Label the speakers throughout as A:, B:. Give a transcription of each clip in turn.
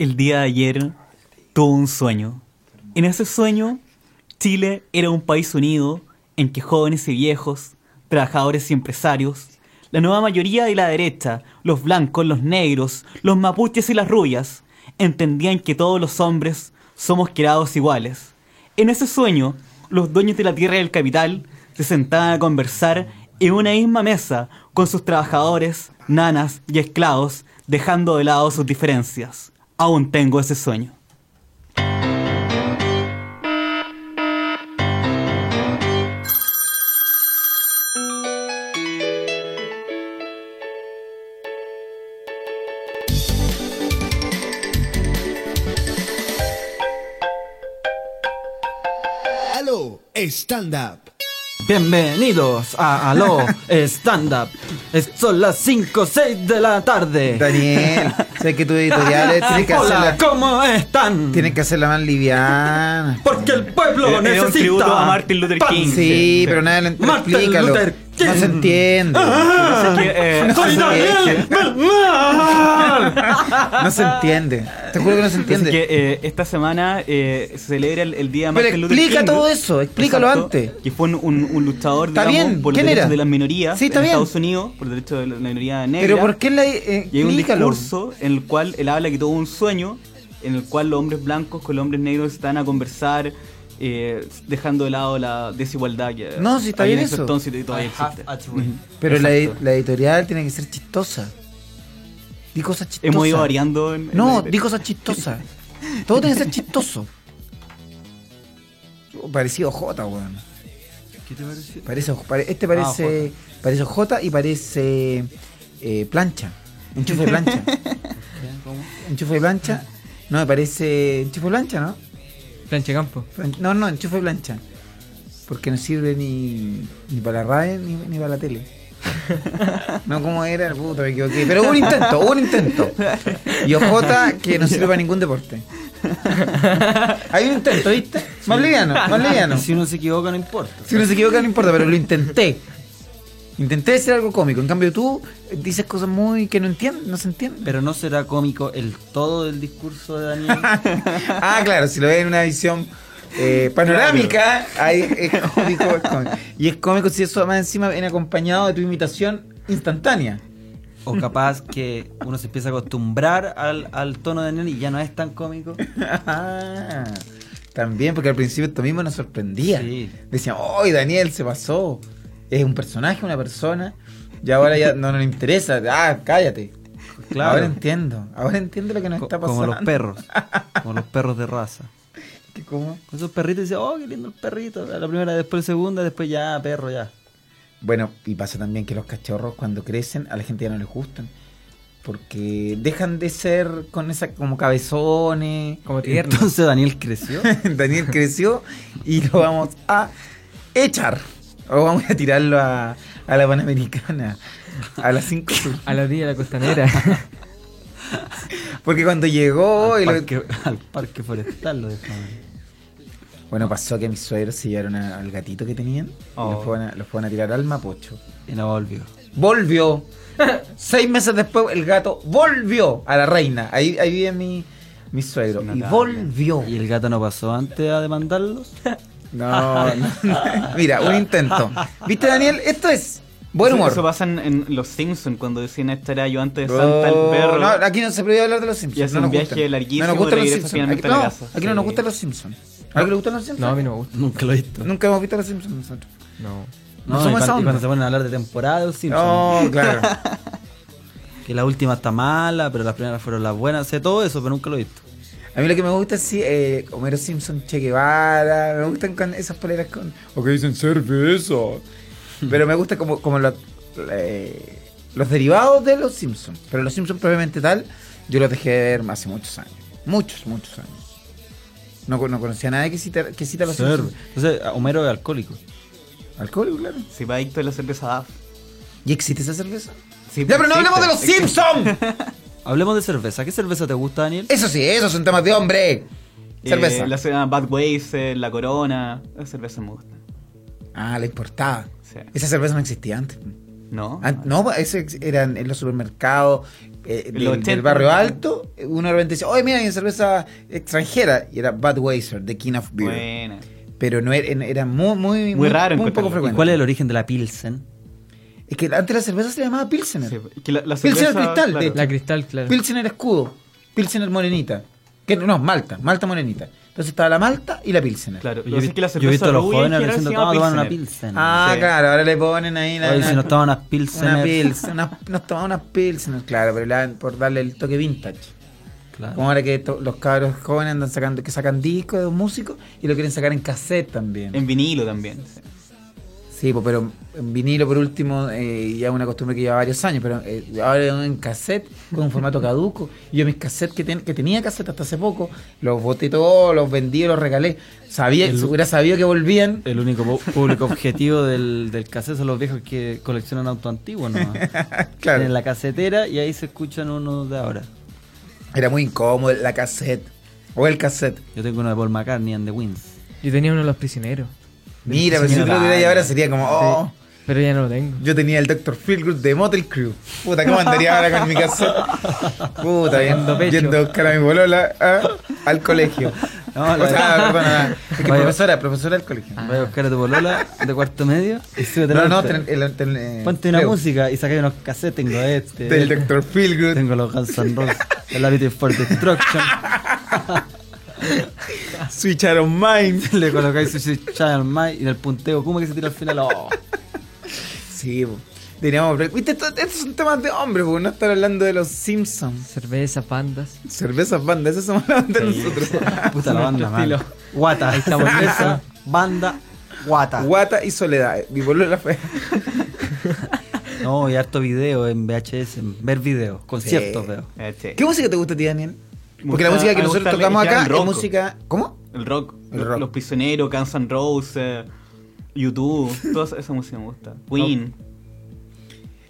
A: El día de ayer tuvo un sueño. En ese sueño, Chile era un país unido en que jóvenes y viejos, trabajadores y empresarios, la nueva mayoría de la derecha, los blancos, los negros, los mapuches y las rubias, entendían que todos los hombres somos creados iguales. En ese sueño, los dueños de la tierra y del capital se sentaban a conversar en una misma mesa con sus trabajadores, nanas y esclavos, dejando de lado sus diferencias. Aún tengo ese sueño.
B: Aló, stand up.
C: Bienvenidos a Aló Stand Up. Es- Son las 5 6 de la tarde.
D: Daniel, sé que tu editorial tienes que
C: Hola,
D: hacerla,
C: ¿cómo están?
D: tienes que hacerla más liviana.
C: Porque el pueblo
A: Era un
C: necesita.
A: tributo a Martin Luther
C: pan.
A: King.
D: Sí, pero nadie le pero
C: Martin
D: explícalo.
C: Luther King.
D: No se entiende.
A: Así que, eh,
C: Ah. Soy
D: No se
C: Daniel
D: entiende.
C: Bernal.
D: No se entiende. Te juro que no se
A: así
D: entiende.
A: que, eh, esta semana eh, se celebra el, el día de
D: Pero
A: Martin Luther
D: explica
A: King.
D: todo eso, explícalo antes.
A: Que fue un, un- un luchador
D: Está
A: digamos,
D: bien,
A: por los
D: ¿quién
A: derechos
D: era?
A: de las minorías
D: Sí, está
A: en
D: bien.
A: Estados Unidos, por los derechos de la minoría negra.
D: Pero ¿por qué la eh,
A: Y hay un
D: explícalo?
A: discurso en el cual él habla que tuvo un sueño en el cual los hombres blancos con los hombres negros están a conversar, eh, dejando de lado la desigualdad que
D: No, sí, está
A: había en
D: bien
A: ese
D: eso.
A: Entonces y todavía existe.
C: ah,
D: Pero la,
A: Exacto.
D: la editorial tiene que ser chistosa. Di cosas chistosas.
A: Hemos ido variando. En, en
D: No,
A: la-
D: di cosas chistosas. Todo tiene que ser chistoso. Oh, Parecido J, weón.
B: ¿Qué te parece? Ah,
D: Parece, pare- este parece, parece J y parece eh, plancha. Enchufe de plancha. enchufe de plancha. No, me parece enchufe de plancha, ¿no?
E: Planche Campo.
D: Plan- No, no, enchufe de plancha. Porque no sirve ni, ni para la radio ni, ni para la tele. No, como era, puta, me equivoqué. Pero hubo un intento, hubo un intento. Y OJ que no sirve para ningún deporte. Hay un intento, ¿viste? Más liviano, más liviano.
C: Si uno se equivoca, no importa.
D: Si uno se equivoca no importa, pero lo intenté. Intenté decir algo cómico. En cambio tú eh, dices cosas muy que no entienden, no se entienden.
C: Pero no será cómico el todo del discurso de Daniel.
D: ah, claro, si lo ves en una visión eh, panorámica, ahí es cómico, es cómico. Y es cómico si eso además encima viene acompañado de tu imitación instantánea.
C: O capaz que uno se empieza a acostumbrar al, al tono de Daniel y ya no es tan cómico.
D: Ah, También, porque al principio esto mismo nos sorprendía.
C: Sí.
D: Decían, ¡ay, Daniel se pasó! Es un personaje, una persona. Y ahora ya no nos interesa. ¡Ah, cállate!
C: Claro.
D: Ahora entiendo. Ahora entiendo lo que nos
C: Co-
D: está pasando.
C: como los perros. Como los perros de raza.
D: Que como-
C: Con esos perritos dice, oh, qué lindo el perrito. La primera, después la segunda, después ya, perro, ya.
D: Bueno, y pasa también que los cachorros cuando crecen a la gente ya no les gustan. Porque dejan de ser con esa como cabezones.
E: Como tierno.
C: Entonces Daniel creció.
D: Daniel creció y lo vamos a echar. O vamos a tirarlo a, a la Panamericana. A las 5.
E: A la orilla de la costanera.
D: Porque cuando llegó...
C: al,
D: y lo-
C: parque, al parque forestal lo dejaron.
D: Bueno, pasó que mis suegros se llevaron a- al gatito que tenían.
A: Oh.
D: Y los fueron, a, los fueron a tirar al Mapocho.
C: Y no volvió.
D: Volvió. Seis meses después el gato volvió a la reina. Ahí, ahí vive mi, mi suegro. Y
A: Notable.
D: volvió.
C: ¿Y el gato no pasó antes a demandarlos?
D: No, no. Mira, un intento. ¿Viste, Daniel? Esto es buen
A: Eso-
D: humor.
A: Eso pasa en, en Los Simpsons cuando decían esta era yo antes de
D: Oh,
A: Santa el perro.
D: No, aquí no se prohíbe hablar de los
A: Y
D: Simpsons.
A: hace
D: No
A: un
D: nos
A: viaje
D: gustan.
A: larguísimo
D: No nos gustan
A: y
D: los
A: regresa
D: Simpsons. Aquí,
A: finalmente a la
D: no,
A: casa.
D: aquí no nos gustan los Simpsons. ¿A alguien le gustan los
E: No, a
D: Simpsons?
E: mí no me gusta.
C: Nunca lo he visto.
D: Nunca hemos visto los Simpsons nosotros.
E: No.
C: No,
D: No
C: y
D: somos
C: cuan- y
D: esa
C: cuando,
D: onda. Oh.
C: se ponen a hablar de temporada de los Simpsons.
D: No, claro.
C: Que la última está mala, pero las primeras fueron las buenas. Sé todo eso, pero nunca lo he visto.
D: A mí lo que me gusta sí, eh, Homero Simpson, Che Guevara, me gustan con esas poleras con... O que dicen cerveza. Pero me gusta como, como lo- eh, los derivados de los Simpsons. Pero los Simpsons propiamente tal, yo los dejé de ver hace muchos años. Muchos, muchos años. No, con- no conocía a nadie que cita, que cita a los
C: Ser.
D: Simpsons.
C: Entonces, a- Homero es alcohólico.
D: Alcohol, claro.
A: Si va adicto a la cerveza DAF.
D: ¿Y existe esa cerveza?
A: Sí,
D: ¡Ya, pero no
A: existe.
D: hablemos de los
A: Existe.
D: Simpsons!
C: Hablemos de cerveza. ¿Qué cerveza te gusta, Daniel?
D: Eso sí, esos son temas de hombre.
A: Eh,
D: Cerveza.
A: la cerveza Bad Ways, eh, la Corona. La cerveza me gusta.
D: Ah, la importada.
A: Sí.
D: Esa cerveza Ah, no pues, existía antes.
C: Ah,
A: ¿No?
D: Ah, no, eso eran en los supermercados, eh,
A: El
D: del,
A: 80.
D: del barrio alto, eh, uno de repente dice, oye, mira, hay una cerveza extranjera. Y era Budweiser, The King of Beer.
A: Buena.
D: Pero no era, era muy, muy, muy,
A: raro
D: muy poco
A: encontrarlo.
D: frecuente.
C: ¿Y cuál es el origen de la Pilsen?
D: Es que antes la cerveza se llamaba Pilsener.
C: pues.
A: Sí, que la, la
D: Pilsen
A: cerveza,
D: al cristal, de
E: La cristal, claro.
D: Pilsener escudo, Pilsener morenita. Que, no, no, Malta, Malta morenita. Entonces estaba la Malta y la Pilsener.
A: Claro,
C: Yo
A: lo que pasa
C: he
A: es que la
C: visto-
A: cerveza
C: yo he visto a los
A: rubia en
C: jóvenes
A: general
C: diciendo,
A: se
C: vamos a tomar
A: llama
C: una
A: Pilsener".
C: Pilsen.
D: Ah,
A: Sí.
D: claro, ahora le ponen ahí la,
C: Oye, si
D: la-
C: nos toman unas
D: una
C: Pilsener.
D: Pilsen, una- nos tomamos unas Pilsener, claro, pero le dan por darle el toque vintage.
C: Claro.
D: Como ahora que to- los cabros jóvenes andan sacando, que sacan discos de músicos y lo quieren sacar en cassette también.
A: En vinilo también.
D: Sí, po, pero en vinilo por último, eh, ya es una costumbre que lleva varios años, pero eh, ahora en cassette con un formato caduco. Yo mis cassettes que, ten- que tenía cassette hasta hace poco, los boté todos, los vendí, los regalé. Sabía,
C: El-
D: si hubiera sabido que volvían.
C: El único pu- público objetivo del, del cassette son los viejos que coleccionan autos antiguos, ¿no? En la casetera y ahí se escuchan unos de ahora.
D: Era muy incómodo la cassette. O el cassette.
C: Yo tengo uno de Paul McCartney and the Wings.
E: Yo tenía uno de los prisioneros.
D: Mira, pero si yo lo hubiera llevado ahora sería como, oh,
E: Pero ya no lo tengo.
D: yo tenía el Dr. Feelgood de Motel Crew. Puta, ¿cómo andaría ahora con mi cassette? Puta, yendo,
E: Dando pecho.
D: yendo a buscar a mi bolola ah, al colegio.
C: No, la-
D: o sea, perdona, es que
C: Vaya. Ah.
D: profesora, profesora del colegio.
C: Voy a buscar a tu polola de cuarto medio y súbete
D: No,
C: al
D: no,
C: auto.
D: ten- el- ten- eh,
C: Ponte una
D: Leo,
C: música y saca unos cassettes. Tengo este.
D: Del Dr. Feelgood.
C: Tengo los Guns N' Roses. El Appetite for Destruction.
D: Switch Iron Mind.
C: Le colocáis su Child Mind y del punteo. ¿Cómo que se tira al final? Oh.
D: Sí, po. Diríamos, pero- viste, esto- estos son temas de hombres, po, no estar hablando de los Simpsons.
E: Cerveza, pandas.
D: Cervezas bandas, esas son las de nosotros.
C: Puta la banda, man. Guata. Ahí
E: estamos.
C: Banda. Guata.
D: Guata y Soledad. Mi bolola fue.
C: No, y harto video en VHS, en ver videos, conciertos
D: Sí.
C: veo.
A: Eh, sí.
D: ¿Qué música te gusta a ti, Daniel?
A: Me
D: Porque la
A: gusta-
D: música que
A: me gusta
D: nosotros
A: el-
D: tocamos
A: el
D: acá
A: glam
D: es
A: rock.
D: música. ¿Cómo?
A: El rock,
D: El
A: lo-
D: rock.
A: Los Prisioneros, Guns N' Roses, YouTube, toda esa- esa música me gusta. Queen.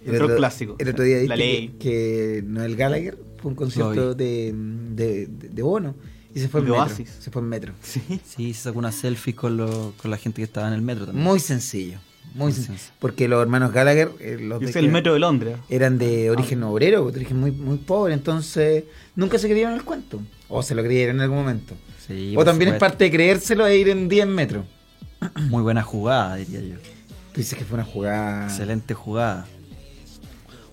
A: El rock clásico.
D: El otro día
A: La
D: dije
A: ley.
D: que, que Noel Gallagher fue a un concierto
C: Lo
D: de, de, de- de Bono y se fue en
A: De
D: metro.
A: Oasis.
D: Se fue en metro.
A: Sí.
C: Sí, se sacó una selfie con, lo- con la gente que estaba en el metro también.
D: Muy sencillo. Muy
C: Muy
D: sencillo.
C: sencillo.
D: Porque los hermanos Gallagher. eh, los
A: Yo
D: de
A: soy el
D: que-
A: metro Ah, de Londres.
D: Eran de origen obrero, de origen muy, muy pobre, entonces nunca se creyeron el cuento. O se lo creyeron en algún momento.
C: Sí,
D: o
C: por
D: también es
C: supuesto.
D: parte de creérselo e ir en 10 metros.
C: Muy buena jugada, diría yo.
D: Tú dices que fue una jugada.
C: Excelente jugada.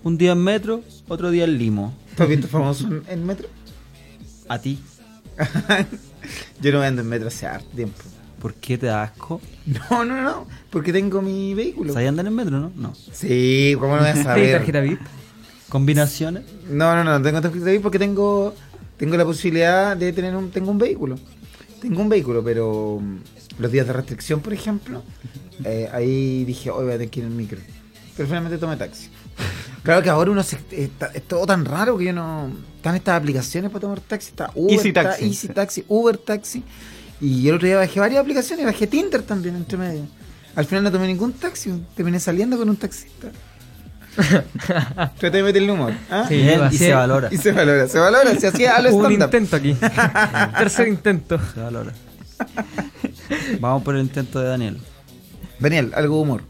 C: Un día en metro, otro día en limo.
D: ¿Tú has visto famoso en, en metro?
C: ¿A ti?
D: Yo no ando en metro hace harto tiempo.
C: ¿Por qué te da asco?
D: No, no, no, porque tengo mi vehículo.
C: ¿Sabías andar en metro, no? No.
D: Sí, ¿cómo no voy a
E: ¿Tienes tarjeta
D: saber?
E: VIP?
C: ¿Combinaciones?
D: No, no, no, no tengo tarjeta VIP porque tengo, tengo la posibilidad de tener un, tengo un vehículo. Tengo un vehículo, pero mm, los días de restricción, por ejemplo, eh, ahí dije, hoy voy a tener que ir en micro. Pero finalmente tomé taxi. Claro que ahora uno se, está- es todo tan raro que yo no... Están estas aplicaciones para tomar taxi. Está Uber,
A: Easy
D: está
A: Taxi.
D: Easy Taxi, Uber Taxi. Y el otro día bajé varias aplicaciones, bajé Tinder también entre medio. Al final no tomé ningún taxi, terminé saliendo con un taxista. Traté de meterle humor. ¿ah?
E: Sí,
C: Bien,
E: iba a
C: y se
E: ser-
C: valora.
D: Y se valora, se valora, se hacía a lo
E: Hubo un
D: stand-up.
E: intento aquí. Tercer intento.
C: Se valora. Vamos por el intento de Daniel.
D: Daniel, algo de humor.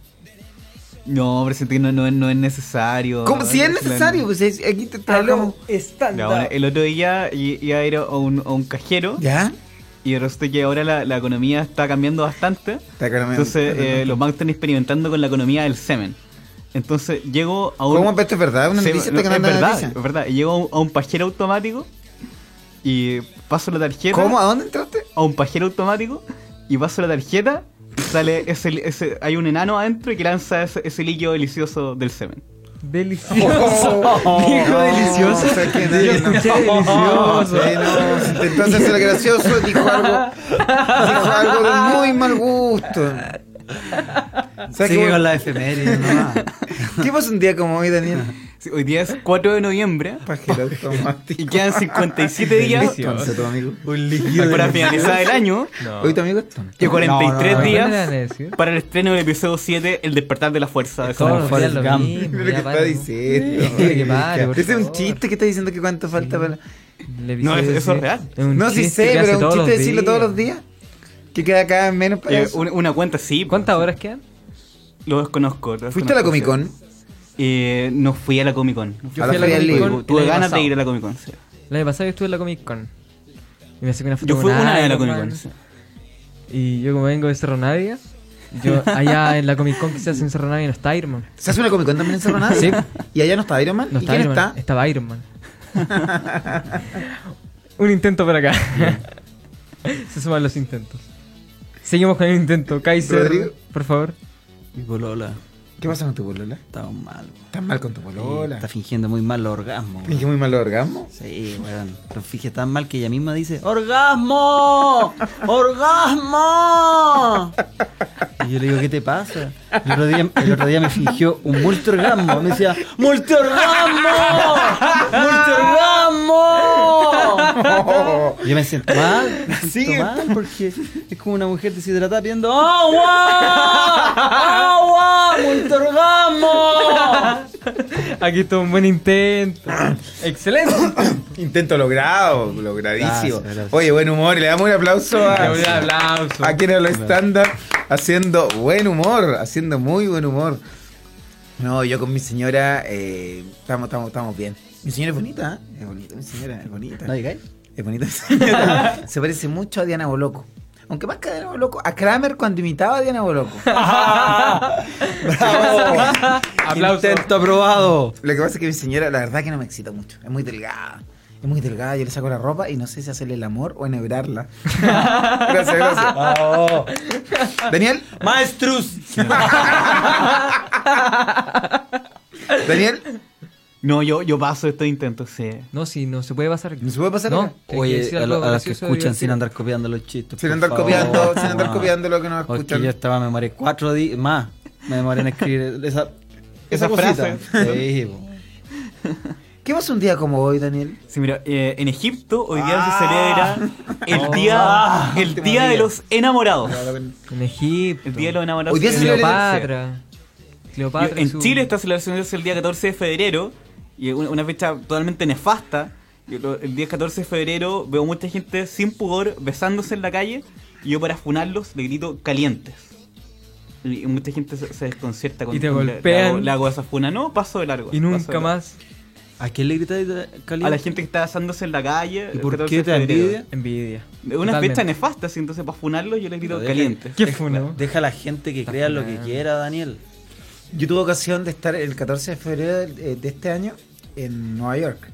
A: No, pero siento que no, no, es- no es necesario.
D: ¿Cómo? Si es
A: Claro.
D: necesario, pues es- aquí te, te hablamos.
A: Ya, bueno, el otro día i- iba a ir a un, a un cajero
D: ¿Ya?
A: y resulta que ahora la, la economía está cambiando bastante. Entonces eh, los bancos están experimentando con la economía del semen. Entonces llego a un...
D: ¿Cómo esto es verdad? ¿Una
A: Sí,
D: noticia
A: no,
D: está
A: es
D: ganando
A: verdad,
D: noticia?
A: es verdad. Y Llego a un, a un pajero automático y paso la tarjeta
D: ¿Cómo? ¿A dónde entraste?
A: a un pajero automático y paso la tarjeta y sale ese, li- ese- hay un enano adentro que lanza ese, ese líquido delicioso del semen.
D: Oh.
E: Delicioso. Dijo delicioso.
D: O sea, que nadie-
E: Yo escuché delicioso.
D: Sí, no, si intentó hacerse gracioso, dijo algo, dijo algo de muy mal gusto. ¿Sabes
C: Sigue
D: qué,
C: con la efeméride, nomás.
D: ¿Qué pasa un día como hoy, Daniel?
A: Sí, hoy día es 4 de noviembre
D: Pajero automático.
A: y quedan 57 días
D: Entonces, tu amigo.
A: para finalizar el año
D: Hoy tu amigo es tonto.
A: y
C: No, no,
A: 43
C: no.
E: ¿Qué le van a
A: días
E: decir?
A: para el estreno del episodio 7, El despertar de la fuerza. de Star
E: Todos los
A: Wars.
E: días lo
C: Gump.
E: mismo,
D: Mira lo
E: ya
D: que
E: paro.
D: está diciendo.
E: Sí, que pare, por
D: Ese es un
E: favor.
D: chiste que está diciendo que cuánto falta para.
E: Le
A: No,
E: avisé,
A: eso- eso es
E: sí.
A: real.
E: Es un
D: No, sí
E: chiste
D: sé,
E: que
D: pero es
E: hace
D: un
E: todos
D: chiste
E: los
D: decirlo todos los días. Que queda cada vez menos para
A: Eh,
D: eso.
A: una, una cuenta sí,
E: ¿Cuántas horas quedan?
A: lo desconozco. lo
D: ¿Fuiste a la Comic
A: desconozco,
D: Con?
A: Eh, no fui a la Comic Con.
E: Yo
D: A la
E: fui a la
D: Feria del
E: Comic
D: Libro.
E: Con.
A: Tuve
E: el año
A: ganas de
E: pasado.
A: ir a la Comic Con. sí.
E: El año pasado yo estuve en la Comic Con. Y me saqué una foto
A: Yo
E: con
A: fui una vez a la
E: Iron
A: Comic Con.
E: Man.
A: sí.
E: Y yo como vengo de Cerro Navia, yo allá en la Comic Con que se hace en Cerro Navia no está Iron Man.
D: ¿Se hace una Comic Con también en Cerro Navia?
E: Sí.
D: ¿Y allá no está Iron Man?
E: No
D: ¿Y
E: está
D: quién
E: Iron
D: está?
E: Man, estaba Iron Man. Un intento por acá. se suman los intentos. Seguimos con el intento. Kaiser,
D: Rodrigo.
E: por favor.
C: Mi polola
D: ¿Qué pasa con tu polola?
C: está mal. weón.
D: ¿Estás mal con tu polola?
C: Está fingiendo muy mal los orgasmos. weón.
D: ¿Finge muy mal los orgasmos?
C: Sí, weón. Lo finge tan mal que ella misma dice: ¡Orgasmo! ¡Orgasmo! Y yo le digo, ¿qué te pasa? El otro día, el otro día me fingió un multiorgasmo. Me decía, ¡Multiorgasmo! ¡Multiorgasmo!
D: Oh.
C: Yo me siento mal, me siento
D: Sí.
C: mal porque es como una mujer deshidratada pidiendo ¡Agua! ¡Agua! ¡Multorgamo!
E: Aquí está un buen intento. Excelente.
D: Intento logrado, logradísimo.
C: Gracias, gracias.
D: Oye, buen humor. Le damos un aplauso a,
E: Un aplauso.
D: a quien lo estándar haciendo buen humor, haciendo muy buen humor. No, yo con mi señora eh, estamos, estamos, estamos bien. Mi señora es bonita, ¿eh? es bonita, mi señora es bonita.
C: ¿No llegáis?
D: Es bonita mi señora. Se parece mucho a Diana Boloco. Aunque más que a Diana Boloco, a Kramer cuando imitaba a Diana Boloco. ¡Bravo!
E: Aplauso.
C: Intento aprobado.
D: Lo que pasa es que mi señora, la verdad que no me excita mucho. Es muy delgada. Es muy delgada. Yo le saco la ropa y no sé si hacerle el amor o enhebrarla. gracias, gracias. Daniel,
C: Maestrus.
D: Daniel,
A: No, yo, yo paso estos intentos. sí.
E: No, si no se puede pasar.
D: ¿no se puede pasar?
E: No.
D: acá?
E: Hay que
C: Oye,
E: decir
C: a, lo-
E: algo
C: a los que
E: gracioso,
C: escuchan sin
E: divertido.
C: andar copiando los chistes.
D: Sin
C: por
D: andar
C: favor.
D: copiando, sin andar
C: Ah.
D: copiando lo que nos
C: Porque
D: escuchan.
C: yo estaba, me demoré cuatro días más. Me demoré en escribir esa,
A: Esa
C: esa, cosita.
A: frase.
C: Sí, po.
D: ¿Qué pasa un día como hoy, Daniel?
A: Sí, mira, eh, en Egipto hoy día
D: Ah.
A: se celebra el día, el
D: Último
A: día de
D: día.
A: los enamorados.
E: En Egipto.
A: El día de los enamorados.
D: Hoy día se celebra-
E: Cleopatra. Cleopatra.
A: Yo- en
E: su-
A: Chile esta celebración es el día 14 de febrero y es una- una fecha totalmente nefasta. Yo lo- el día 14 de febrero veo mucha gente sin pudor besándose en la calle y yo para funarlos le grito calientes. Y y mucha gente se, se desconcierta con
E: Y te
A: con- le-
E: golpean.
A: Le hago, le hago esa funa, no, paso de largo.
E: Y
A: paso de
E: nunca
A: largo.
E: más.
C: ¿A quién le gritáis de-
A: A
C: caliente?
A: la gente que está besándose en la calle.
C: ¿Y
A: el
C: por
A: 14
C: qué
A: de
C: te da
A: febrero.
C: envidia?
E: Envidia.
A: Una fecha
E: Totalmente.
A: nefasta, así, entonces para funarlos yo le grito
C: Pero deja-
A: calientes.
E: ¿Qué
C: deja-
E: fue, no?
C: Deja a la gente que crea lo que quiera, Daniel.
D: Yo tuve ocasión de estar el 14 de febrero del- eh, de este año en Nueva York.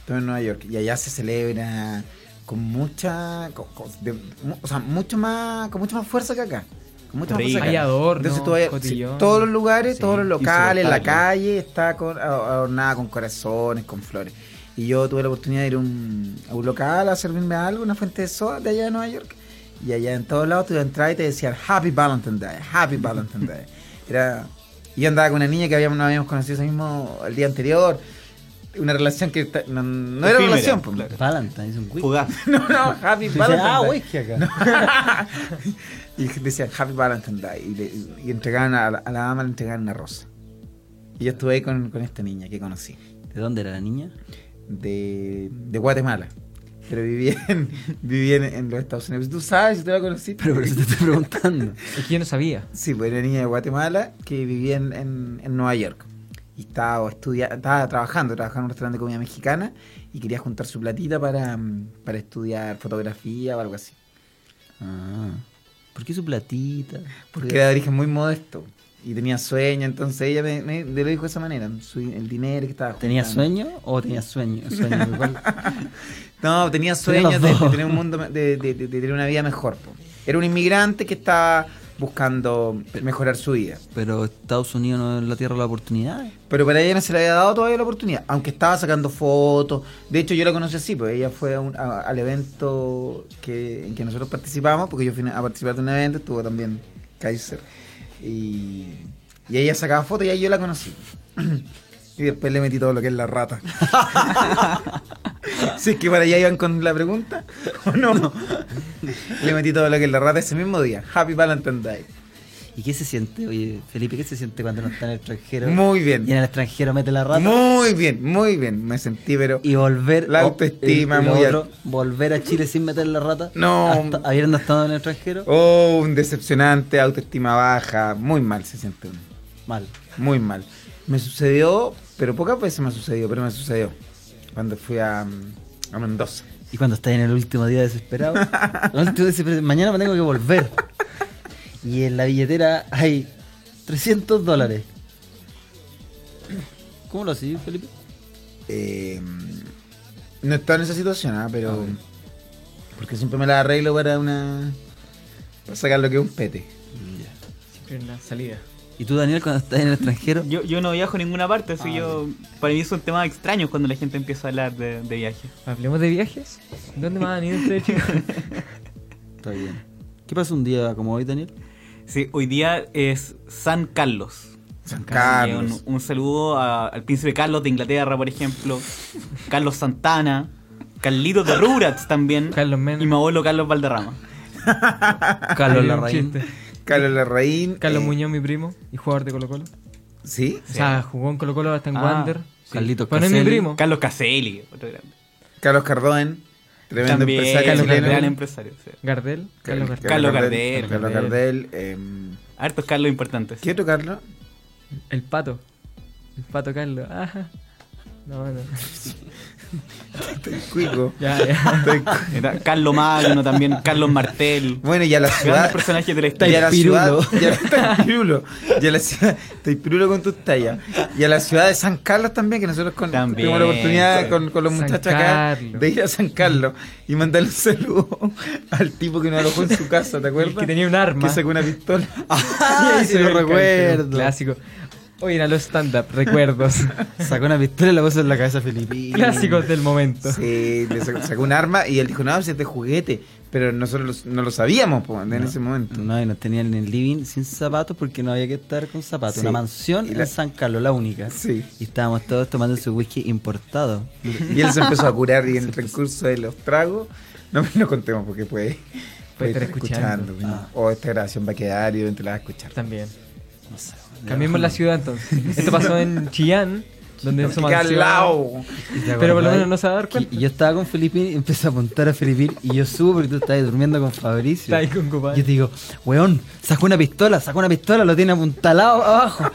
D: Estuve en Nueva York y allá se celebra con mucha. con- con- de- mu- o sea, mucho más, con mucha más fuerza que acá. Con mucha más
A: Rico.
D: fuerza que
E: Hay
D: acá.
E: adornos,
D: Entonces tú vayas-
E: cotillón.
D: sí, todos los lugares,
C: Sí,
D: todos los locales, la
C: insoportable.
D: calle está con- adornada con corazones, con flores. Y yo tuve la oportunidad de ir a un, a un local a servirme algo, una fuente de soda de allá de Nueva York. Y allá en todos lados tú entrar y te decían Happy Valentine Day, Happy Valentine Day. Era, y yo andaba con una niña que habíamos, no habíamos conocido ese mismo el día anterior. Una relación que ta- no, no era
A: Efímera,
D: relación. pues.
A: claro.
C: Valentine es un güey.
A: Fugaz.
D: No, no, Happy
C: Se dice,
D: Valentine
C: ah,
D: Day.
C: güey, que acá.
D: Y decían Happy Valentine Day. Y, le- y entregaban a, la- a la dama le entregaban una rosa. Y yo estuve ahí con, con esta niña que conocí.
C: ¿De dónde era la niña?
D: De, de Guatemala. Pero vivía en, vivía en, en los Estados Unidos. Tú sabes, yo te la conocí.
C: Pero por eso te estoy preguntando.
E: Es que yo no sabía.
D: Sí, pues era una niña de Guatemala que vivía en, en- en Nueva York. Y estaba, estudia, estaba trabajando, trabajaba en un restaurante de comida mexicana y quería juntar su platita para, mm, para estudiar fotografía o algo así.
C: Ah, ¿Por qué su platita?
D: Porque era de origen muy modesto y tenía sueño, entonces ella me, me- me lo dijo de esa manera, su- el dinero que estaba
C: ¿Tenía
D: juntando.
C: sueño o tenía sueño? sueño igual.
D: No, tenía
C: Tenía
D: sueños
C: los
D: de,
C: dos.
D: de tener un mundo, me- de, de- de- de tener una vida mejor. po. Era un inmigrante que estaba buscando mejorar su vida.
C: Pero Estados Unidos no es la tierra de las oportunidades.
D: Pero para ella no se le había dado todavía la oportunidad, aunque estaba sacando fotos. De hecho, yo la conocí así, pues ella fue a un- a- al evento que, en que nosotros participamos, porque yo fui a participar de un evento, estuvo también Kaiser. Y, y ella sacaba fotos y ahí yo la conocí. Y después le metí todo lo que es la rata. si es que para allá iban con la pregunta, o no. le metí todo lo que es la rata ese mismo día. Happy Valentine's Day.
C: ¿Y qué se siente? Oye, Felipe, ¿qué se siente cuando no está en el extranjero?
D: Muy bien.
C: Y en el extranjero mete la rata.
D: Muy bien, muy bien. Me sentí, pero.
C: y volver
D: La autoestima
C: y lo
D: muy
C: otro, volver a Chile sin meter la rata
D: No.
C: hasta- habiendo estado en el extranjero
D: Oh, un decepcionante, autoestima baja. Muy mal se siente uno.
C: mal
D: Muy mal. Me sucedió, pero pocas veces me ha sucedido, pero me sucedió. Cuando fui a, mm, a Mendoza.
C: Y cuando estás en el último día desesperado, el último día desesperado, mañana me tengo que volver. Y en la billetera hay 300 dólares. ¿Cómo lo haces, Felipe?
D: Eh, no he estado en esa situación, ah, pero. Porque siempre me la arreglo para una. Para sacar lo que es un pete.
E: Siempre en la salida.
C: ¿Y tú, Daniel, cuando estás en el extranjero?
A: Yo, yo no viajo a ninguna parte, así
C: Ah,
A: yo. Para mí es un tema extraño cuando la gente empieza a hablar de, de viajes.
E: ¿Hablemos de viajes? ¿Dónde más han ido ustedes, chicos?
C: Está bien. ¿Qué pasa un día como hoy, Daniel?
A: Sí, hoy día es San Carlos.
D: San
A: Así que
D: Carlos.
A: Un, un saludo a- al príncipe Carlos de Inglaterra, por ejemplo. Carlos Santana. Carlitos de Rugrats también.
E: Carlos
A: Y mi
E: Menem.
A: abuelo Carlos Valderrama.
C: Carlos
E: Hay un
C: Larraín.
E: chiste.
D: Carlos Larraín.
E: Carlos
D: eh,
E: Muñoz, mi primo, y jugador de Colo Colo.
D: ¿Sí?
E: O sea, jugó en Colo Colo hasta en
A: Ah,
E: Wander.
C: Carlitos
E: Pero no es mi
C: Caselli.
E: primo.
A: Carlos Caselli, otro grande.
D: Carlos Cardoen. Tremendo
A: También,
D: empresario.
A: un
E: Carlos
A: gran
D: chileno.
A: empresario. sí.
E: Gardel. Carlos
D: Car-
E: Gardel.
A: Carlos Gardel.
D: Carlos Gardel. eh,
A: Hartos Carlos importantes.
D: ¿Qué otro Carlos?
E: El pato. El pato Carlos. Ajá. No, no.
D: Estoy cuico.
E: Ya, ya.
D: Estoy cu-
A: Era Carlos Magno también, Carlos Martel.
D: Bueno, y a la
A: Grandes
D: ciudad.
A: personajes de la
D: y a
A: historia.
D: la ciudad. y a- estoy pirulo. Y a la ciudad. Estoy pirulo con tus tallas. Y a la ciudad de San Carlos también, que nosotros con,
A: También.
D: tuvimos la oportunidad con, con los
E: San
D: muchachos acá
E: Carlos.
D: de ir a San Carlos y mandarle un saludo al tipo que nos alojó en su casa, ¿te acuerdas?
E: Que tenía un arma.
D: Que sacó una pistola.
C: Ah,
D: Y ahí
C: sí,
D: se
C: lo
D: lo recuerdo.
C: recuerdo.
E: Clásico. Oye, a los stand-up, recuerdos.
C: Sacó una pistola y la puso en la cabeza a Felipe.
E: Clásicos del momento.
D: Sí, le sacó, sacó un arma y él dijo, no, si es de juguete. Pero nosotros no lo sabíamos po, en ese momento.
C: No, y nos tenían en el living sin zapatos porque no había que estar con zapatos.
D: Sí.
C: Una mansión
D: Y la-
C: en San Carlos, la única.
D: Sí.
C: Y estábamos todos tomando su whisky importado.
D: Y él se empezó a curar y en el transcurso de los tragos, no, no contemos porque puede, puede estar
E: estar escuchando.
D: escuchando. ¿no? O esta grabación va a quedar y te la vas a escuchar.
E: También. Cambiemos la ciudad entonces. Esto pasó en Chillán, donde en su
D: Porque al
E: mansión-
D: lado.
E: Pero por lo menos no se va a dar cuenta.
C: Y yo estaba con Felipe y empecé a apuntar a Felipe y yo subo porque tú estabas durmiendo con Fabricio.
E: Está ahí con Copán.
C: Yo te digo, weón, sacó una pistola, sacó una pistola, lo tiene apuntalado abajo.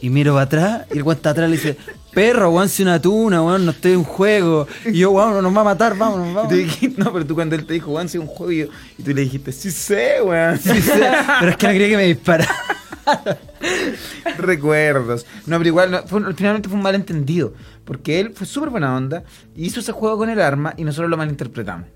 C: Y miro para atrás y el weón está atrás y le dice, perro, weón, si una tuna, weón, no estoy en juego. Y yo, weón, nos va a matar, vámonos,
D: Y tú
C: vámonos.
D: dijiste, no, pero tú cuando él te dijo, weón, si un juego, y yo- y tú le dijiste, sí sé, weón. sí sé".
C: Pero es que no quería que me disparara.
D: Recuerdos. No, pero igual, no, fue un- finalmente fue un malentendido. Porque él fue súper buena onda, hizo ese juego con el arma y nosotros lo malinterpretamos.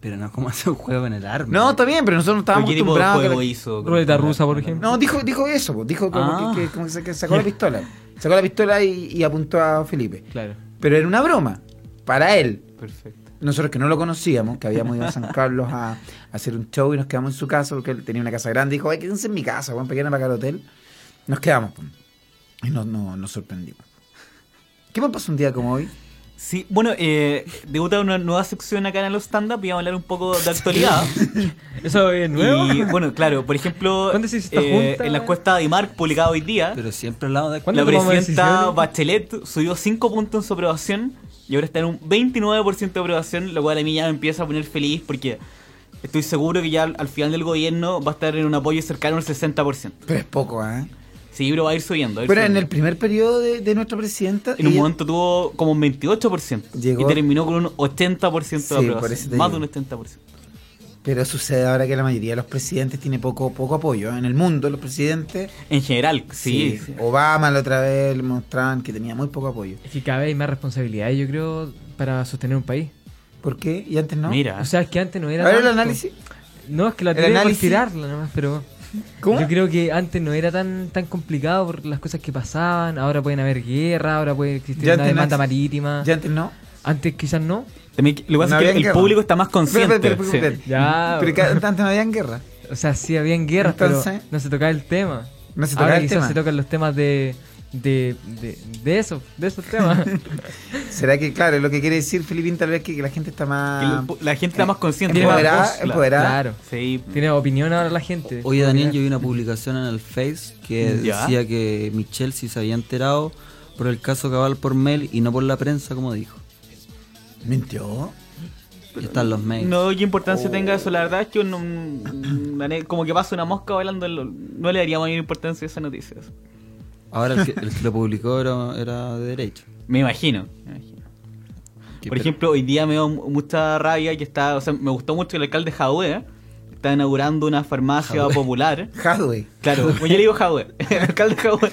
C: Pero no, ¿cómo hace un juego en el arma?
D: No, está bien, pero nosotros no estábamos
A: ¿Qué tipo de
D: acostumbrados. a que
A: juego
D: la-
A: hizo?
E: Ruleta rusa, por ejemplo.
D: No, dijo, dijo eso, po, dijo como,
A: Ah.
D: que, que- como que sa- que sacó la pistola. Sacó la pistola y, y apuntó a Felipe.
E: Claro.
D: Pero era una broma. Para él,
A: Perfecto.
D: nosotros que no lo conocíamos, que habíamos ido a San Carlos a, a hacer un show y nos quedamos en su casa porque él tenía una casa grande, dijo, ay, quédense en mi casa, weón, pequeña para acá al hotel. Nos quedamos. po. Y no, no, nos sorprendimos. ¿Qué más pasó un día como hoy?
A: Sí, bueno, eh, debuta una nueva sección acá en los stand-up y vamos a hablar un poco de actualidad.
E: ¿Eso es nuevo?
A: y bueno, claro, por ejemplo, eh,
E: ¿Cuándo se hizo esta junta?
A: en la encuesta de IMARC publicada hoy día,
C: Pero siempre hablamos de...
E: ¿Cuándo
A: la
E: tomamos
A: presidenta
E: decisiones?
A: Bachelet subió 5 puntos en su aprobación y ahora está en un 29% de aprobación, lo cual a mí ya me empieza a poner feliz porque estoy seguro que ya al al final del gobierno va a estar en un apoyo cercano al 60%.
D: Pero es poco, ¿eh?
A: Sí, pero va a ir subiendo. va a ir
D: Pero en
A: subiendo.
D: el primer periodo de, de nuestra presidenta...
A: En un
D: ella-
A: momento tuvo como un 28%
D: Llegó-
A: y terminó con un 80% de
D: Sí, por eso
A: aprobación.
D: te
A: Más de
D: digo.
A: un 80%.
D: Pero sucede ahora que la mayoría de los presidentes tiene poco, poco apoyo. ¿eh? En el mundo, los presidentes...
A: En general, sí.
D: Sí, Obama la otra vez le mostraban que tenía muy poco apoyo.
E: Es que cada vez hay más responsabilidades, yo creo, para sostener un país.
D: ¿Por qué? ¿Y antes no?
A: Mira,
E: O sea, es que antes no
D: A
E: era.
D: ver el
E: tanto.
D: análisis.
E: No, es que la
D: El
E: tenía que
D: análisis.
E: tirarla nomás, pero.
D: ¿Cómo?
E: Yo creo que antes no era tan tan complicado por las cosas que pasaban. Ahora pueden haber guerra, ahora puede existir
D: Ya
E: una
D: antes no
E: demanda
D: ex-
E: marítima.
D: ¿Y antes no?
E: Antes quizás no.
A: también que- lo que pasa
D: No
A: es que
D: había
A: el
D: guerra.
A: público está más
D: Espera,
A: consciente.
D: espera, espera,
A: sí.
D: espera.
E: Ya.
D: Pero que antes no habían guerra.
E: O sea, sí habían guerras, pero
D: Entonces-
E: no se tocaba el tema.
D: No se tocaba
E: Ahora
D: el
E: quizás
D: tema.
E: se tocan los temas de. De, de, de eso, de esos temas.
D: ¿Será que, claro, lo que quiere decir Filipín tal vez que, que la gente está
A: Que el
D: más...
A: pu- la gente está más consciente.
D: Ah, Empoderada,
A: más voz, claro.
D: empoderada.
E: claro.
A: Sí.
E: Tiene opinión ahora la gente.
C: Oye, Daniel, yo vi una publicación en el Face que
A: Ya.
C: decía que Michelle sí se había enterado por el caso Cabal por mail y no por la prensa, como dijo.
D: ¿Mintió?
C: Y están los mails.
A: No, qué importancia
D: Oh.
A: tenga eso. La verdad es que uno, mm, mm, como que pasa una mosca bailando, en lo- no le daría mayor importancia a esa noticia.
C: Ahora el que, el que lo publicó era, era de derecho.
A: Me imagino. me imagino. Por ejemplo, hoy día me dio mu- mucha rabia que está, o sea, me gustó mucho que el alcalde Jadwe está inaugurando una farmacia
C: Jadwe.
A: popular.
D: Hadway.
A: Claro, como yo le digo Jadwe, el alcalde Jadwe.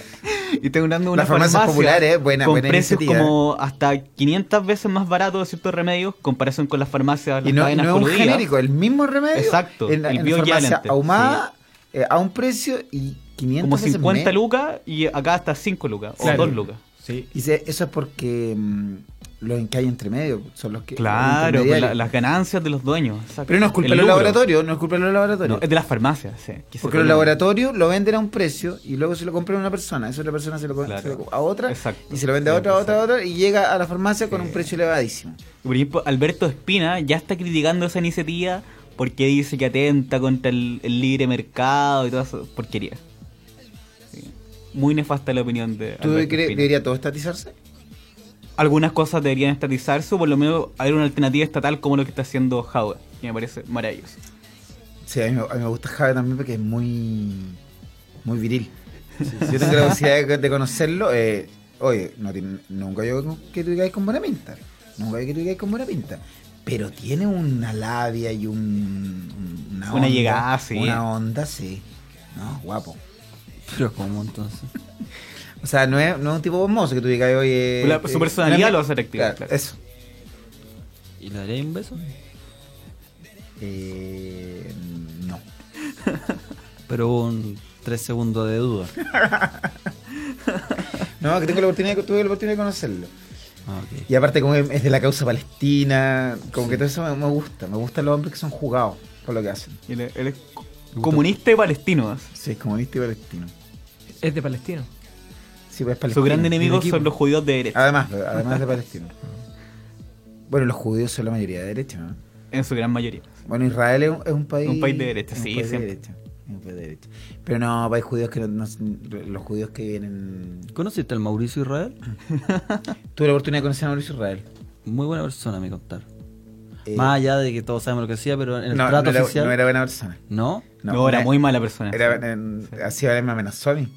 A: Y está inaugurando una
D: Las farmacias
A: farmacia
D: populares, eh, buena-
A: con
D: buena
A: precios
D: iniciativa.
A: como hasta 500 veces más baratos de ciertos remedios en comparación con las farmacias, las
D: Y no,
A: cadenas
D: no es un
A: coludidas.
D: genérico, el mismo remedio.
A: Exacto,
D: En, la-
A: el
D: en la farmacia
A: bioequivalente,
D: ahumada, eh, a un precio y 500
A: Como
D: veces
A: 50
D: menos.
A: lucas y acá hasta 5 lucas
E: Claro.
A: o 2 lucas.
E: Sí.
D: Y se- eso es porque mm, los que hay entre medio son los que.
A: Claro,
D: los
A: pues, la-
D: intermediarios.
A: las ganancias de los dueños. exacto.
D: Pero no es culpa
A: El
D: de los
A: lucro.
D: laboratorios, no es culpa de los
A: No,
D: laboratorios.
A: es de las farmacias, sí. que se
D: porque los
A: cobran.
D: laboratorios lo venden a un precio y luego se lo compran a una persona. Esa otra persona se lo,
A: Claro.
D: se lo- a otra
A: Exacto.
D: y se lo vende a
A: Sí,
D: otra, a otra, a
A: exacto.
D: otra y llega a la farmacia con un precio elevadísimo.
A: Por ejemplo, Alberto Espina ya está criticando esa iniciativa porque dice que atenta contra el, el libre mercado y todas esas porquerías. Sí. Muy nefasta la opinión de
D: ¿Tú
A: Alberto
D: crees
A: Espina.
D: debería todo estatizarse?
A: Algunas cosas deberían estatizarse o por lo menos haber una alternativa estatal como lo que está haciendo Jaude, que me parece maravilloso.
D: Sí, a mí, me- a mí me gusta Jave también porque es muy, muy viril. Yo tengo la posibilidad de, de conocerlo. eh, oye, no tiene- nunca yo que tú digáis con buena pinta. Nunca yo que tú digáis con buena pinta. Pero tiene una labia y un, un- una,
A: Una llegada, sí.
D: Una onda, sí. No, guapo.
C: Pero ¿cómo entonces?
D: O sea, no es, no es un tipo hermoso que tú digas, oye. eh,
A: La- su personalidad
D: una-
A: lo hace atractivo, claro.
D: Eso.
C: ¿Y le daría un beso?
D: Eh, no.
C: Pero hubo un 3 segundos de duda.
D: No, que tengo la oportunidad, tuve la oportunidad de conocerlo.
C: Ah, ok.
D: Y aparte como es de la causa palestina, como que todo eso me, me gusta, me gustan los hombres que son jugados por lo que hacen.
A: Él, es- él es co- comunista y palestino. así.
D: Sí, es comunista y palestino.
E: Es de Palestino.
D: Sí, pues es
A: Su
D: palestino.
A: gran
D: Mi
A: enemigo
D: equipo.
A: son los judíos de derecha,
D: Además, además de palestino. Bueno, los judíos son la mayoría de derecha, ¿no?
A: en su gran mayoría.
D: Bueno, Israel es un, es un país...
A: Un país de derecha,
D: es un
A: sí,
D: país de
A: siempre.
D: derecha, es un país de derecha. Pero no, hay judíos que no, no- los judíos que vienen...
C: ¿Conociste al Mauricio Israel?
D: Tuve la oportunidad de conocer a Mauricio Israel.
C: Muy buena persona, me contar.
D: Eh,
C: Más allá de que todos sabemos lo que hacía, pero Ah, en el
D: no,
C: trato
D: no era,
C: oficial.
D: no era buena persona.
C: ¿No?
A: No, era
D: una-
A: muy mala persona. sí.
D: Era, en- así ahora me amenazó a mí.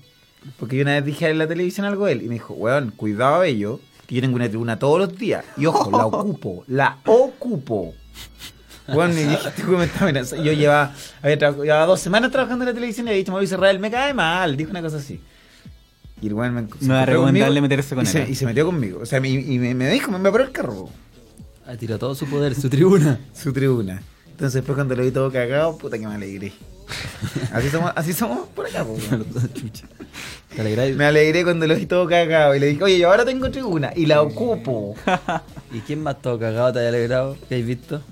D: Porque yo una vez dije en la televisión algo de él y me dijo, weón, cuidado ello, que yo tengo una tribuna todos los días. Y ojo, la ocupo, la ocupo. Weón, y dije, este weón me está amenazando. Yo llevaba, había trabajado- llevaba dos semanas trabajando en la televisión y había dicho, Mauricio Israel, me cae mal, dijo una cosa así. Y el weón me se
A: No era
D: encontró
A: recomendable
D: conmigo
A: meterse con
D: y se-
A: él.
D: y se metió conmigo. O sea, me- y me, me dijo, me, me paró el carro,
C: Ha tirado todo su poder, su tribuna.
D: su tribuna. Entonces después cuando lo vi todo cagado, puta que me alegré. Así somos, así somos por acá, po, weón.
C: Chucha. ¿Te alegráis?
D: Me alegré cuando lo vi todo cagado y le dije, oye, yo ahora tengo tribuna y la ocupo.
C: ¿Y quién más todo cagado te haya alegrado? ¿Qué habéis visto?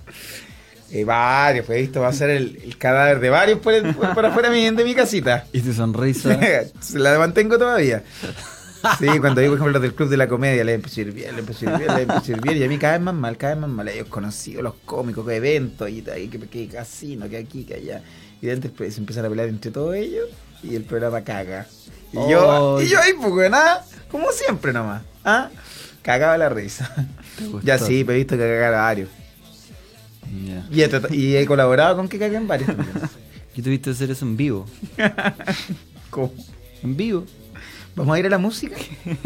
D: Eh, varios, pues esto va a ser el, el cadáver de varios por, el- por- por afuera de mi- de mi casita.
C: Y tu sonrisa.
D: Se la mantengo todavía. Sí, cuando digo, por ejemplo, los del club de la comedia, les empezó a ir bien, les empezó a ir bien, les empezó a ir bien, y a mí cada vez más mal, cada vez más mal. Ellos conocidos, los cómicos, que eventos, y ahí, que, que casino, que aquí, que allá. Y de repente se empiezan a pelear entre todos ellos, y el programa caga. Y yo,
C: Ay.
D: y yo ahí, pues, weón, ah, como siempre nomás, ¿ah? Cagaba la risa.
C: Te gustó.
D: Ya sí, pero he visto que cagar a varios.
C: Ya.
D: Y he, tratado- y he colaborado con que caguen varios también.
C: ¿Y tuviste que hacer eso en vivo?
D: ¿Cómo?
C: ¿En vivo?
D: Vamos a ir a la música.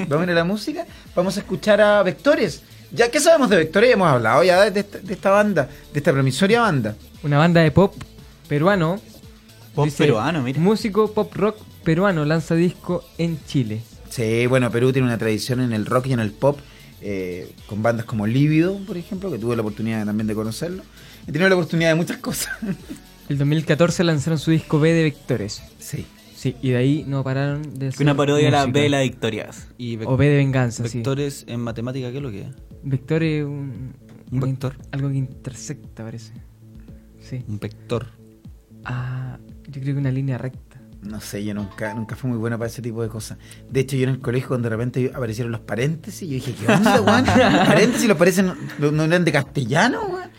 D: Vamos a ir a la música. Vamos a escuchar a Vectores. Ya que sabemos de Vectores, Ya hemos hablado ya de esta, de esta banda, de esta promisoria banda.
E: Una banda de pop peruano.
A: Pop
E: Dice,
A: peruano, mira.
E: Músico pop rock peruano lanza disco en Chile.
D: Sí, bueno, Perú tiene una tradición en el rock y en el pop, eh, con bandas como Lívido, por ejemplo, que tuve la oportunidad también de conocerlo. He tenido la oportunidad de muchas cosas.
E: El 2014 lanzaron su disco B de Vectores.
D: Sí.
E: Sí, y de ahí no pararon de hacer
A: Una parodia de la
E: música.
A: B de la Victorias.
C: Y vec-
E: O B de venganza, sí.
C: vectores en matemática, ¿qué es lo que es?
E: Vector es un,
C: Un
E: un-
C: vector.
E: Algo que intersecta, parece. Sí.
C: Un vector.
E: Ah, yo creo que una línea recta.
D: No sé, yo nunca, nunca fui muy bueno para ese tipo de cosas. De hecho, yo en el colegio cuando de repente aparecieron los paréntesis, yo dije, ¿qué onda, weón? Paréntesis, los parecen, no, no eran de castellano, weón.